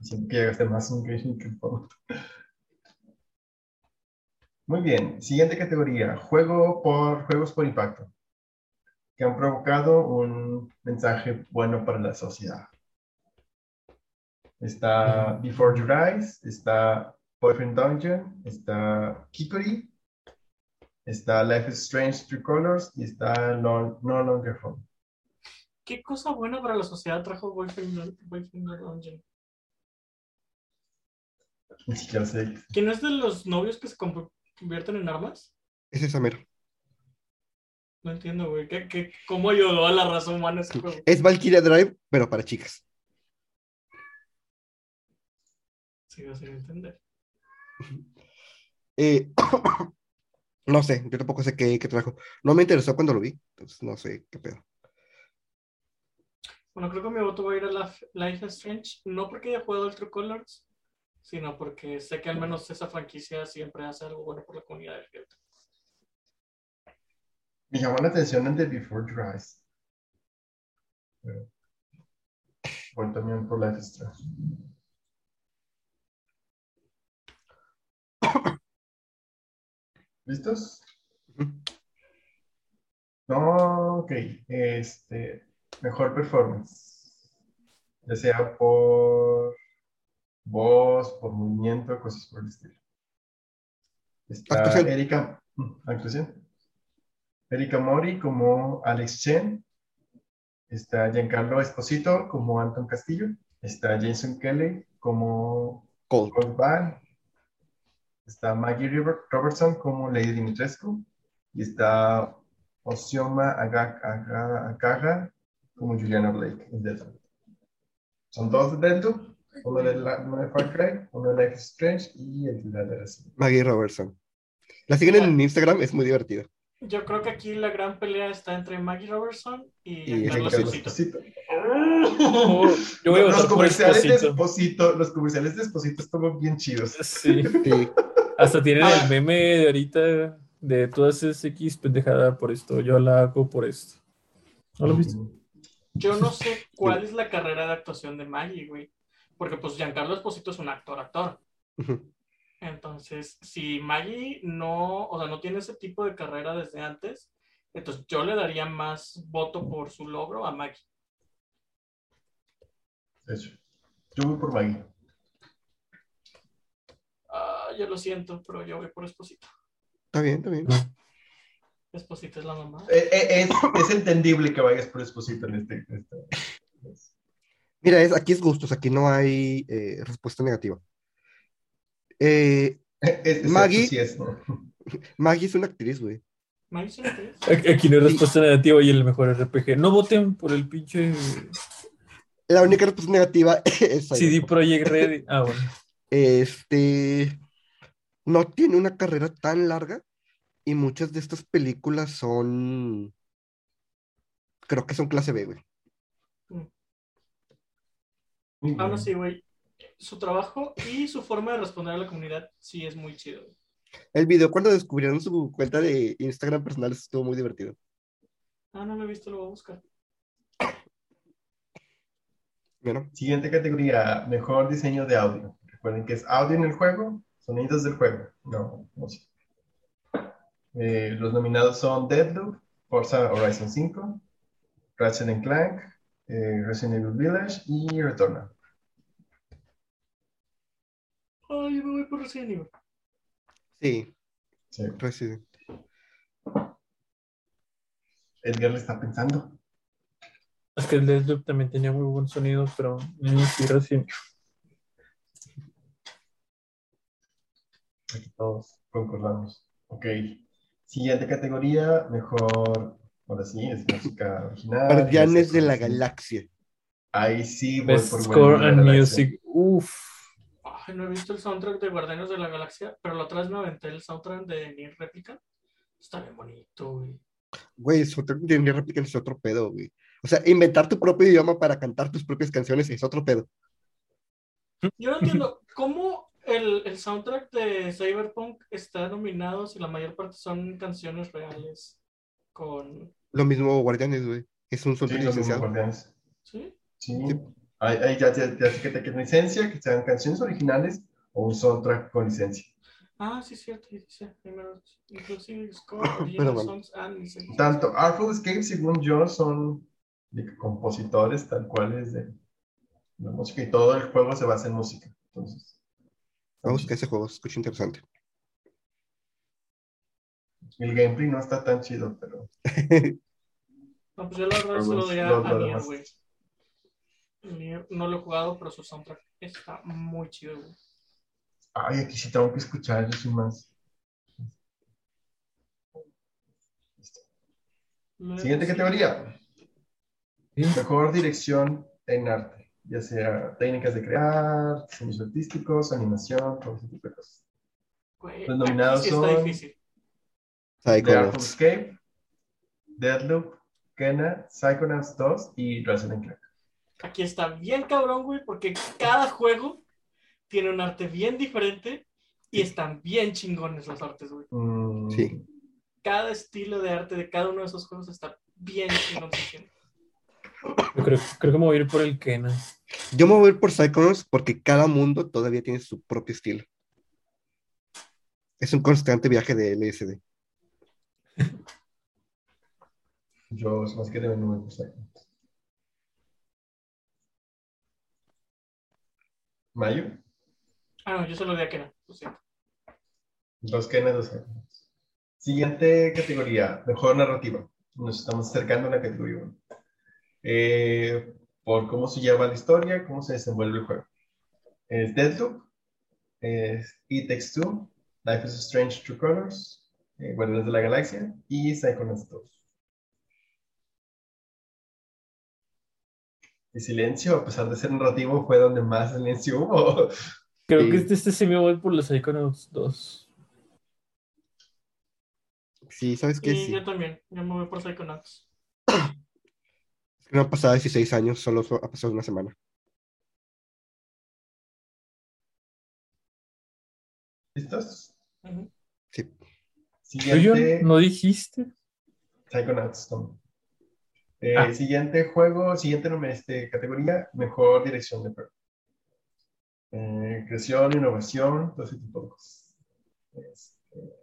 [SPEAKER 2] Siento que ya gasté más en Genshin que en Fortnite. Muy bien, siguiente categoría: juego por, juegos por impacto que han provocado un mensaje bueno para la sociedad. Está Before Your Eyes, está Boyfriend Dungeon, está Kikori, está Life is Strange Three Colors y está No, no Longer Home.
[SPEAKER 3] ¿Qué cosa buena para la sociedad trajo Boyfriend, Boyfriend Dungeon?
[SPEAKER 2] Ni siquiera sé.
[SPEAKER 3] ¿Que no es de los novios que se conv- convierten en armas?
[SPEAKER 5] Ese es Samero.
[SPEAKER 3] No entiendo, güey. ¿Qué, qué, ¿Cómo ayudó a la raza humana ese juego?
[SPEAKER 5] Es Valkyria Drive, pero para chicas.
[SPEAKER 3] Sigo sin entender.
[SPEAKER 5] Eh, [coughs] no sé, yo tampoco sé qué, qué trajo. No me interesó cuando lo vi, entonces no sé qué pedo.
[SPEAKER 3] Bueno, creo que mi voto va a ir a la Life is Strange. No porque haya jugado el True Colors, sino porque sé que al menos esa franquicia siempre hace algo bueno por la comunidad del juego.
[SPEAKER 2] Me llamó la atención el de Before Your Eyes. Pero- Voy también por Life is Strange. [coughs] ¿Listos?
[SPEAKER 5] Ujú.
[SPEAKER 2] No, ok. Este, mejor performance. Ya sea por voz, por movimiento, cosas por el estilo. Está
[SPEAKER 5] Actuación.
[SPEAKER 2] Erika. mm, Actuación. Erika Mori como Alex Chen. Está Giancarlo Esposito como Anton Castillo. Está Jason Kelly como
[SPEAKER 5] Cold.
[SPEAKER 2] Paul Ball. Pues Está Maggie River- Robertson como Lady Dimitrescu. Y está Osioma Aga- Aga- Akaga como Juliana Blake en Deadloop. Son dos de Deadloop. Uno de, la, uno de Far Cry, uno de Life is Strange y el de la de la serie.
[SPEAKER 5] Maggie Robertson. La siguen en Instagram, es muy divertida.
[SPEAKER 3] Yo creo que aquí la gran pelea está entre Maggie Robertson y
[SPEAKER 5] Y
[SPEAKER 3] Giancarlo
[SPEAKER 5] Giancarlo
[SPEAKER 3] Esposito.
[SPEAKER 2] Esposito.
[SPEAKER 4] Oh, yo voy a
[SPEAKER 2] los
[SPEAKER 4] votar por
[SPEAKER 2] comerciales de
[SPEAKER 4] Esposito.
[SPEAKER 2] Esposito, los comerciales de Esposito estuvieron bien chidos.
[SPEAKER 4] Sí.
[SPEAKER 5] Sí.
[SPEAKER 4] Hasta tienen
[SPEAKER 3] Ah.
[SPEAKER 4] el meme de ahorita de tú haces X pendejada por esto, yo la hago por esto. ¿No lo viste?
[SPEAKER 3] Yo no sé cuál es la carrera de actuación de Maggie, güey. Porque pues Giancarlo Esposito es un actor, actor.
[SPEAKER 5] [laughs] Ujú.
[SPEAKER 3] Entonces, si Maggie no, o sea, no tiene ese tipo de carrera desde antes, entonces yo le daría más voto por su logro a Maggie.
[SPEAKER 2] De hecho, yo voy por Maggie.
[SPEAKER 3] Ah, yo lo siento, pero yo voy por Esposito.
[SPEAKER 5] Está bien, está bien.
[SPEAKER 3] Esposito es la mamá.
[SPEAKER 2] Eh, eh, es, es entendible que vayas por Esposito en este. en este-
[SPEAKER 5] Mira, es, aquí es gustos, aquí no hay eh, respuesta negativa. Eh,
[SPEAKER 2] este
[SPEAKER 5] Maggie.
[SPEAKER 2] sí es, ¿no?
[SPEAKER 5] Maggie es una actriz, güey.
[SPEAKER 3] Maggie sí lo es.
[SPEAKER 4] Aquí aquí no hay respuesta negativa y el mejor RPG. No voten por el pinche
[SPEAKER 5] La única respuesta negativa [laughs] es Cyberpunk.
[SPEAKER 4] CD Projekt Red. Ah, bueno.
[SPEAKER 5] Este no tiene una carrera tan larga y muchas de estas películas son creo que son clase B, güey.
[SPEAKER 4] Ah,
[SPEAKER 3] Aún así, güey, su trabajo y su forma de responder a la comunidad sí es muy chido. güey.
[SPEAKER 5] El video cuando descubrieron su cuenta de Instagram personal estuvo muy divertido.
[SPEAKER 3] Ah, no lo he visto, lo voy a buscar.
[SPEAKER 5] Bueno,
[SPEAKER 2] Siguiente categoría: mejor diseño de audio. Recuerden que es audio en el juego, sonidos del juego, no música. Eh, los nominados son Deadloop, Forza Horizon 5, Ratchet and Clank, eh, Resident Evil Village y Returnal.
[SPEAKER 3] Ay, yo me voy por Resident Evil.
[SPEAKER 5] sí,
[SPEAKER 2] Sí.
[SPEAKER 5] Resident.
[SPEAKER 2] Edgar le está pensando.
[SPEAKER 4] Es que el Deathloop también tenía muy buen sonido, pero no me inspira así.
[SPEAKER 2] Aquí todos concordamos. Ok. Siguiente categoría, mejor. Ahora sí, es música original.
[SPEAKER 5] Guardianes de la
[SPEAKER 2] Música-
[SPEAKER 5] Galaxia.
[SPEAKER 2] Ahí sí, voy
[SPEAKER 4] Best
[SPEAKER 2] por
[SPEAKER 4] Score
[SPEAKER 2] Guardianes de
[SPEAKER 4] and
[SPEAKER 2] la Galaxia.
[SPEAKER 4] Music. Uf.
[SPEAKER 3] Ay, no he visto el soundtrack de Guardianes de la Galaxia, pero la otra vez me aventé el soundtrack de Nier Replica. Está bien bonito, güey.
[SPEAKER 5] Güey, es otro, de mi réplica es otro pedo, güey. O sea, inventar tu propio idioma para cantar tus propias canciones es otro pedo.
[SPEAKER 3] Yo no entiendo cómo el, el soundtrack de Cyberpunk está nominado si la mayor parte son canciones reales con...
[SPEAKER 5] Lo mismo Guardianes, güey. Es un
[SPEAKER 2] Sí,
[SPEAKER 5] soundtrack
[SPEAKER 2] los mismos
[SPEAKER 5] licenciado.
[SPEAKER 2] Guardianes.
[SPEAKER 3] ¿Sí?
[SPEAKER 2] Sí.
[SPEAKER 5] Sí.
[SPEAKER 2] Ahí- ahí ya, ya, ya sé que te queda licencia, que sean canciones originales o un soundtrack con licencia.
[SPEAKER 3] Ah, sí, cierto. ahí Dice, primero,
[SPEAKER 2] [coughs]
[SPEAKER 3] inclusive score,
[SPEAKER 5] Pero
[SPEAKER 3] original
[SPEAKER 5] bueno.
[SPEAKER 3] songs ah, and music.
[SPEAKER 2] Tanto Artful Escape, según yo, son de que compositores tal cuales de la música y todo el juego se basa en música. Entonces,
[SPEAKER 5] Voy a buscar ese juego, se escucha interesante.
[SPEAKER 2] El gameplay no está tan chido, pero.
[SPEAKER 3] No, pues yo la verdad
[SPEAKER 2] Pero
[SPEAKER 3] se lo
[SPEAKER 2] bueno,
[SPEAKER 3] doy a,
[SPEAKER 2] lo- lo
[SPEAKER 3] a Nier,
[SPEAKER 2] demás.
[SPEAKER 3] güey. Nier, No lo he jugado, pero su soundtrack está muy chido, güey.
[SPEAKER 2] Ay, aquí sí tengo que escuchar, yo soy más.
[SPEAKER 3] Me-
[SPEAKER 2] Siguiente categoría. Mejor dirección en arte, ya sea técnicas de crear, diseños artísticos, animación, todo ese tipo de cosas.
[SPEAKER 3] Güey,
[SPEAKER 2] Los nominados
[SPEAKER 3] aquí sí está
[SPEAKER 2] son-
[SPEAKER 3] difícil.
[SPEAKER 5] Psycho
[SPEAKER 2] The Art of
[SPEAKER 5] Box.
[SPEAKER 2] Escape, Deadloop, Kena, Psychonauts 2 y Resident Clank.
[SPEAKER 3] Aquí está bien cabrón, güey, porque cada juego tiene un arte bien diferente y están bien chingones los artes, güey.
[SPEAKER 2] Mm,
[SPEAKER 5] Sí.
[SPEAKER 3] Cada estilo de arte de cada uno de esos juegos está bien chingón. chingón.
[SPEAKER 4] Yo creo, creo que me voy a ir por el Kena.
[SPEAKER 5] Yo me voy a ir por Psychonauts porque cada mundo todavía tiene su propio estilo. Es un constante viaje de LSD.
[SPEAKER 2] Yo es más que de no me gusta. Mayo,
[SPEAKER 3] Ah, no, yo se lo di a Kena. lo siento.
[SPEAKER 2] dos Kena, dos Kena. Siguiente categoría, mejor narrativa. Nos estamos acercando a la categoría 1. por cómo se lleva la historia, cómo se desenvuelve el juego. Es Deadloop, es It Takes Two, Life is Strange True Colors, eh, Guardianes de la Galaxia y Psychonauts 2. Y silencio, a pesar de ser narrativo, fue donde más silencio hubo. [laughs]
[SPEAKER 4] Creo
[SPEAKER 5] Sí.
[SPEAKER 4] que este, este sí me voy por los Psychonauts 2.
[SPEAKER 5] Sí, ¿sabes qué?
[SPEAKER 3] Y
[SPEAKER 5] Sí.
[SPEAKER 3] yo también, yo me voy por Psychonauts.
[SPEAKER 5] Es que No han pasado 16 años, solo so- ha pasado una semana.
[SPEAKER 2] ¿Listos?
[SPEAKER 3] Ujú.
[SPEAKER 4] ¿Tú, John,
[SPEAKER 2] Siguiente,
[SPEAKER 4] no dijiste?
[SPEAKER 2] Psychonauts. no. Eh,
[SPEAKER 4] Ah.
[SPEAKER 2] Siguiente juego, siguiente nom- este, categoría, mejor dirección de juego. Eh, creación, innovación, todo ese tipo de cosas. Este,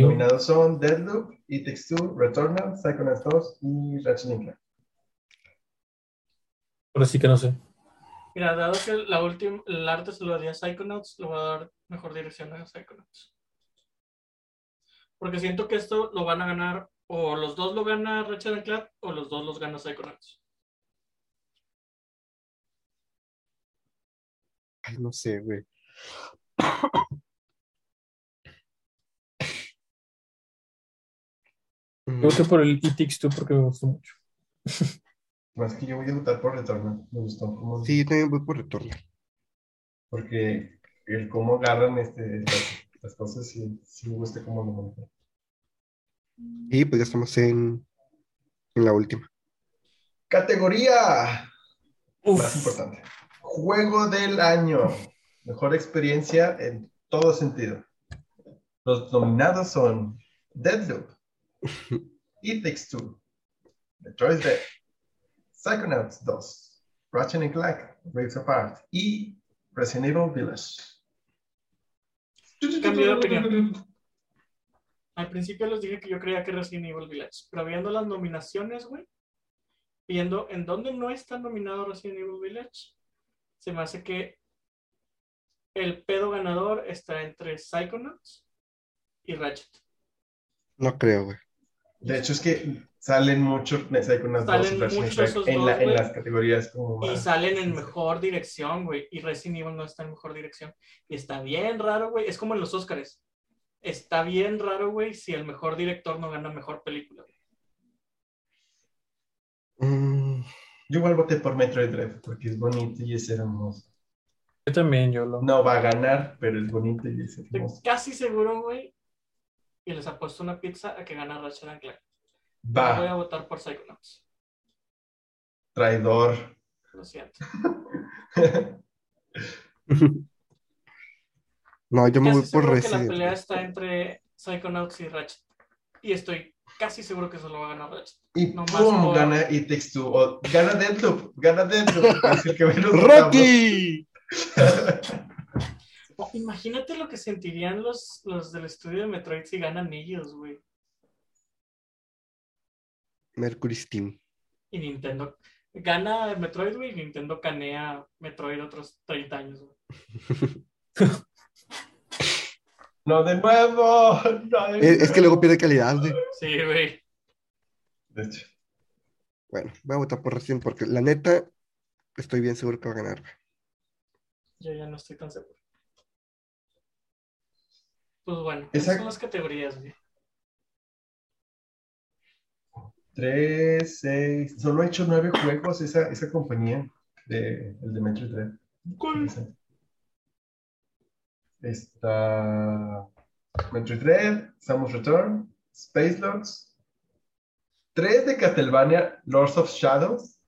[SPEAKER 2] Nominados son Deadloop, It Takes Two, Returnal, Psychonauts 2 y Ratchet and Clank.
[SPEAKER 4] Ahora sí que no sé.
[SPEAKER 3] Mira, dado que la última, el arte se lo di a Psychonauts, lo voy a dar mejor dirección a Psychonauts. Porque siento que esto lo van a ganar, o los dos lo gana Ratchet and Clank, o los dos los gana Psychonauts.
[SPEAKER 5] Ay, no sé, güey. [coughs]
[SPEAKER 4] Yo voté por el It Takes Two porque me gustó mucho.
[SPEAKER 2] Más que yo voy a votar por Returnal. Me gustó cómo,
[SPEAKER 5] Mm, Sí, yo también voy por retorno.
[SPEAKER 2] porque el cómo agarran este, las, las cosas sí, sí me gusta cómo lo montan.
[SPEAKER 5] Y pues ya estamos en, en la última.
[SPEAKER 2] Categoría
[SPEAKER 4] Uf,
[SPEAKER 2] más importante. Juego del año. Mejor experiencia en todo sentido. Los nominados son Deadloop, It Takes Two, Detroit Dead, Psychonauts 2, Ratchet and Clank, Rift Apart y Resident Evil Village.
[SPEAKER 3] Cambio de opinión. Al principio les dije que yo creía que Resident Evil Village, pero viendo las nominaciones, güey, viendo en dónde no está nominado Resident Evil Village, se me hace que el pedo ganador está entre Psychonauts y Ratchet.
[SPEAKER 5] No creo, güey.
[SPEAKER 2] De hecho, es que salen muchos Psychonauts 2 y
[SPEAKER 3] Salen
[SPEAKER 2] Ratchet and
[SPEAKER 3] muchos
[SPEAKER 2] Clank
[SPEAKER 3] esos
[SPEAKER 2] en,
[SPEAKER 3] dos,
[SPEAKER 2] la- en
[SPEAKER 3] güey.
[SPEAKER 2] las categorías como
[SPEAKER 3] Y
[SPEAKER 2] más-
[SPEAKER 3] salen en mejor dirección, güey. Y Resident Evil no está en mejor dirección. Y está bien raro, güey. Es como en los Oscars. Está bien raro, güey, si el mejor director no gana mejor película.
[SPEAKER 5] Mm, [laughs]
[SPEAKER 2] Yo igual voté por Metroid Dread porque es bonito y es hermoso.
[SPEAKER 4] yo también, yo
[SPEAKER 2] [laughs]
[SPEAKER 4] lo.
[SPEAKER 2] No va a ganar, pero es bonito y es
[SPEAKER 3] Estoy
[SPEAKER 2] hermoso.
[SPEAKER 3] casi seguro, güey. Y les apuesto una pizza a que gana Ratchet and Clank. Voy a
[SPEAKER 2] Va,
[SPEAKER 3] votar por Psychonauts.
[SPEAKER 2] traidor.
[SPEAKER 3] Lo siento.
[SPEAKER 5] No, yo me
[SPEAKER 3] Casi
[SPEAKER 5] voy por
[SPEAKER 3] seguro que la
[SPEAKER 5] Resident.
[SPEAKER 3] pelea está entre Psychonauts y Ratchet. Y estoy casi seguro que se lo va a ganar Ratchet.
[SPEAKER 2] Y
[SPEAKER 3] No más
[SPEAKER 2] pum,
[SPEAKER 3] por-
[SPEAKER 2] gana y Takes Two. O, gana Deadloop, gana
[SPEAKER 5] [laughs]
[SPEAKER 2] Deadloop. Es el que menos
[SPEAKER 5] ¡Rocky!
[SPEAKER 3] Oh, imagínate lo que sentirían los, los del estudio de Metroid si ganan ellos, güey.
[SPEAKER 5] Mercury Steam.
[SPEAKER 3] Y Nintendo gana Metroid, güey, y Nintendo canea Metroid otros 30 años, güey.
[SPEAKER 2] No, de nuevo. [laughs] No, de
[SPEAKER 5] Eh, Es, es
[SPEAKER 2] nuevo.
[SPEAKER 5] que luego pierde calidad, güey.
[SPEAKER 3] Sí, güey.
[SPEAKER 2] De hecho,
[SPEAKER 5] Bueno, voy a votar por Resident porque la neta estoy bien seguro que va a ganar. güey.
[SPEAKER 3] Yo ya no estoy tan seguro. Pues bueno,
[SPEAKER 2] Esa-
[SPEAKER 3] esas son las categorías, güey.
[SPEAKER 2] 3, 6. Solo ha hecho 9 juegos esa, esa compañía de, el de Metro 3. Interesante. Está Metroid Dread, Samus Return, Space Lords, 3 de Castlevania, Lords of Shadows,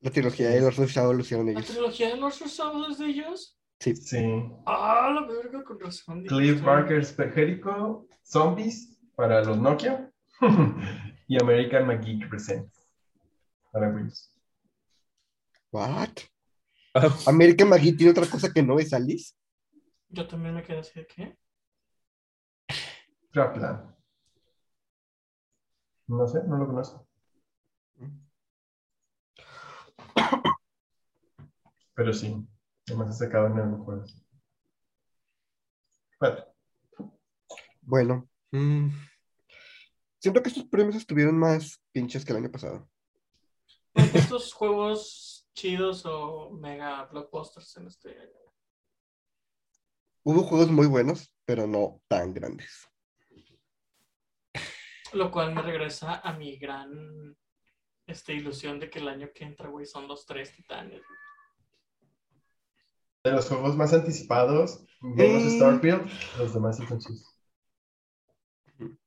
[SPEAKER 5] La trilogía de los of Shadow lo hicieron
[SPEAKER 3] ¿La
[SPEAKER 5] ellos.
[SPEAKER 3] trilogía de los sábados de ellos?
[SPEAKER 2] sí.
[SPEAKER 3] Ah, la verga, con razón. dije,
[SPEAKER 2] Cliff
[SPEAKER 3] sí.
[SPEAKER 2] Barker's Perjérico, Zombies para los Nokia [laughs] y American McGeek Presents para Windows.
[SPEAKER 5] What? American Maggie tiene otra cosa que no es Alice.
[SPEAKER 3] Yo también me quedé así de qué.
[SPEAKER 2] Traplan. No sé, no lo conozco. Pero sí, nomás ha sacado en el juego. Bueno,
[SPEAKER 5] Bueno. mm, Siento que estos premios estuvieron más pinches que el año pasado.
[SPEAKER 3] "Pues, Estos juegos chidos o mega blockbusters en este año.
[SPEAKER 5] Hubo juegos muy buenos, pero no tan grandes.
[SPEAKER 3] Lo cual me regresa a mi gran este, ilusión de que el año que entra, güey, son los tres titanes. güey.
[SPEAKER 2] de los juegos más anticipados, menos
[SPEAKER 5] Eh.
[SPEAKER 2] Starfield, los demás están chidos.
[SPEAKER 5] [laughs]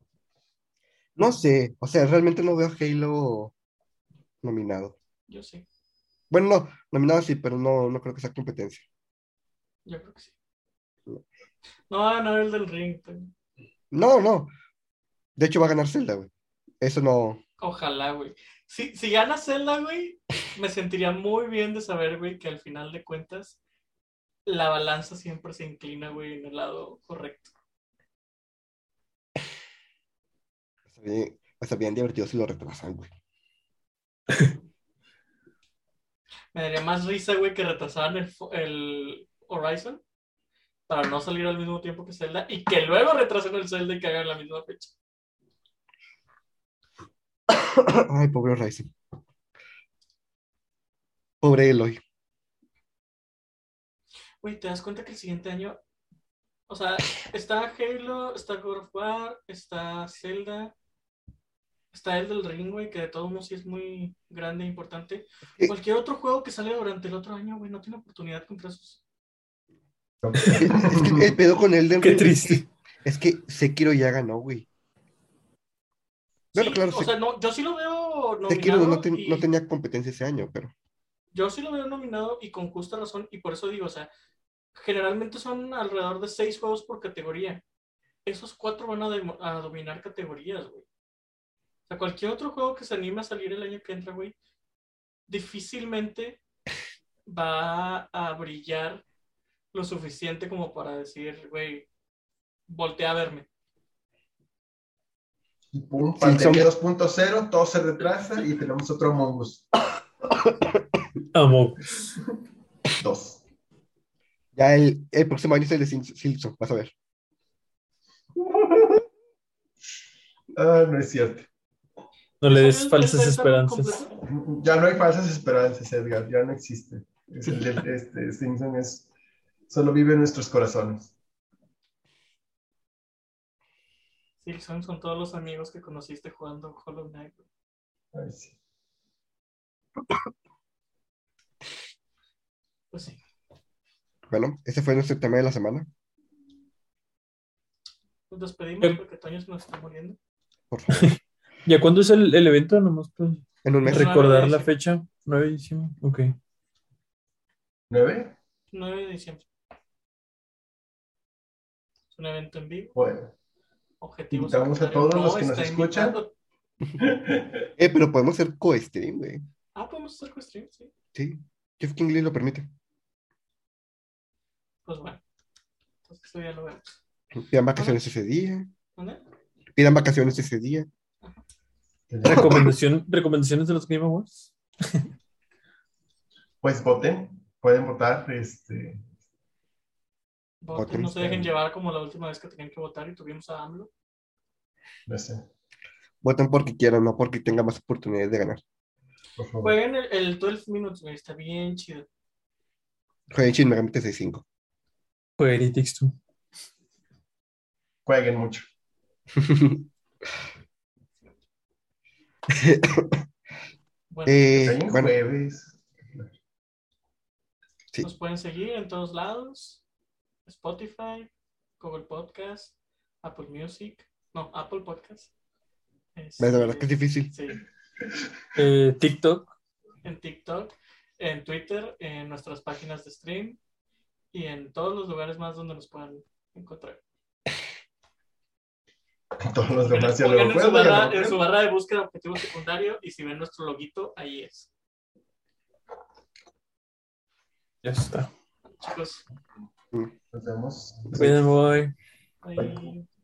[SPEAKER 5] No sé, o sea, realmente no veo Halo nominado.
[SPEAKER 3] Yo sí,
[SPEAKER 5] Bueno, no, nominado sí, pero no, no creo que sea competencia.
[SPEAKER 3] yo creo que sí. No, no, el del ring. pues, güey.
[SPEAKER 5] No, no. De hecho, va a ganar Zelda, güey. Eso no.
[SPEAKER 3] Ojalá, güey. Si, si gana Zelda, güey, me sentiría muy bien de saber, güey, que al final de cuentas la balanza siempre se inclina, güey, en el lado correcto.
[SPEAKER 5] Está bien, está bien divertido si lo retrasan, güey. [clears throat]
[SPEAKER 3] Me daría más risa, güey, que retrasaran el, fo- el Horizon para no salir al mismo tiempo que Zelda y que luego retrasen el Zelda y que hagan la misma fecha.
[SPEAKER 5] Ay, pobre Ryzen. Pobre Eloy.
[SPEAKER 3] Güey, ¿te das cuenta que el siguiente año, o sea, está Halo, está God of War, está Zelda, está el del ring, güey, que de todos modos sí es muy grande e importante.
[SPEAKER 5] Eh.
[SPEAKER 3] Cualquier otro juego que sale durante el otro año, güey, no tiene oportunidad contra esos.
[SPEAKER 5] Es
[SPEAKER 4] [laughs]
[SPEAKER 5] que el pedo con Elden
[SPEAKER 4] Qué
[SPEAKER 5] Ring es
[SPEAKER 4] triste.
[SPEAKER 5] que- Es que Sekiro ya ganó, güey. Bueno,
[SPEAKER 3] Sí,
[SPEAKER 5] claro,
[SPEAKER 3] o
[SPEAKER 5] Se-
[SPEAKER 3] sea, no, yo sí lo veo
[SPEAKER 5] Sekiro
[SPEAKER 3] nominado.
[SPEAKER 5] no, ten-
[SPEAKER 3] y-
[SPEAKER 5] no tenía competencia ese año, pero.
[SPEAKER 3] Yo sí lo veo nominado y con justa razón, y por eso digo, o sea, generalmente son alrededor de seis juegos por categoría. Esos cuatro van a, demo- a dominar categorías, güey. O sea, cualquier otro juego que se anime a salir el año que entra, güey, difícilmente va a brillar lo suficiente como para decir, güey, voltea a verme.
[SPEAKER 2] Y pum,
[SPEAKER 5] Sí,
[SPEAKER 2] pandemia
[SPEAKER 5] son-
[SPEAKER 2] 2.0, todo se retrasa y tenemos otro Among Us
[SPEAKER 4] [laughs] Amo.
[SPEAKER 2] 2.
[SPEAKER 5] Ya el, el próximo año es el de Sil- Silson, vas a ver.
[SPEAKER 2] Ah, no es cierto.
[SPEAKER 4] No le
[SPEAKER 3] ¿Sabes
[SPEAKER 4] des
[SPEAKER 3] el
[SPEAKER 4] falsas
[SPEAKER 3] tercer juego
[SPEAKER 4] esperanzas.
[SPEAKER 3] completo?
[SPEAKER 2] Ya no hay falsas esperanzas, Edgar, ya no existe. Es el del- este, Simpson es, solo vive en nuestros corazones.
[SPEAKER 3] Sí, son, son todos los amigos que conociste jugando Hollow Knight. güey.
[SPEAKER 2] Ay, sí.
[SPEAKER 3] Pues sí.
[SPEAKER 5] Bueno, ese fue nuestro tema de la semana.
[SPEAKER 3] Nos despedimos
[SPEAKER 4] El-
[SPEAKER 3] Pues porque Toño se nos está muriendo.
[SPEAKER 5] Por
[SPEAKER 4] [laughs]
[SPEAKER 5] favor.
[SPEAKER 4] ¿Ya cuándo es el, el evento? Nomás para
[SPEAKER 5] En un mes.
[SPEAKER 3] Re-
[SPEAKER 4] recordar la
[SPEAKER 3] diciembre.
[SPEAKER 4] fecha. 9 de diciembre. Ok.
[SPEAKER 2] ¿Nueve?
[SPEAKER 3] 9 de diciembre. Es un evento en vivo.
[SPEAKER 2] Bueno.
[SPEAKER 3] Objetivo
[SPEAKER 2] Invitamos a
[SPEAKER 3] secundario.
[SPEAKER 2] todos los que nos
[SPEAKER 3] está
[SPEAKER 2] escuchan.
[SPEAKER 3] invitando.
[SPEAKER 5] Eh, pero podemos hacer co-stream, güey.
[SPEAKER 3] Ah, podemos hacer co-stream, sí.
[SPEAKER 5] Sí. Jeff Kingley lo permite.
[SPEAKER 3] Pues bueno. Entonces eso ya lo vemos.
[SPEAKER 5] Pidan vacaciones
[SPEAKER 3] Ah.
[SPEAKER 5] ese día.
[SPEAKER 3] ¿Dónde?
[SPEAKER 5] Pidan vacaciones ese día.
[SPEAKER 2] [laughs]
[SPEAKER 4] Recomendación, [coughs] recomendaciones de los Game Awards.
[SPEAKER 2] Pues voten, pueden votar. Este,
[SPEAKER 3] Voten, no se dejen llevar como la última vez que tenían que votar y tuvimos a AMLO.
[SPEAKER 2] No sé,
[SPEAKER 5] Voten porque quieran, no porque tengan más oportunidades de ganar.
[SPEAKER 2] por favor.
[SPEAKER 3] Jueguen el, el 12 Minutes, güey, está bien chido.
[SPEAKER 5] Jueguen Shin Megami Tensei [laughs] 5.
[SPEAKER 4] Jugar It Takes Two.
[SPEAKER 2] Jueguen mucho.
[SPEAKER 3] Bueno,
[SPEAKER 5] Eh,
[SPEAKER 2] Jueguen
[SPEAKER 5] bueno,
[SPEAKER 2] jueves.
[SPEAKER 5] sí.
[SPEAKER 3] nos pueden seguir en todos lados. Spotify, Google Podcast, Apple Music, no, Apple Podcast. Es-
[SPEAKER 5] la verdad que es difícil.
[SPEAKER 3] Sí,
[SPEAKER 4] Eh, TikTok.
[SPEAKER 3] en TikTok, en Twitter, en nuestras páginas de stream y en todos los lugares más donde nos puedan encontrar.
[SPEAKER 2] [laughs] Todos los
[SPEAKER 3] Pongan
[SPEAKER 2] demás ya lo
[SPEAKER 3] en su
[SPEAKER 2] juegan.
[SPEAKER 3] barra-
[SPEAKER 2] ya
[SPEAKER 3] en su
[SPEAKER 2] lo
[SPEAKER 3] barra de búsqueda objetivo secundario y si ven nuestro loguito, ahí es.
[SPEAKER 4] Ya está.
[SPEAKER 3] Chicos,
[SPEAKER 2] juegan. Nos vemos.
[SPEAKER 4] Cuídense, bye.
[SPEAKER 3] ahí-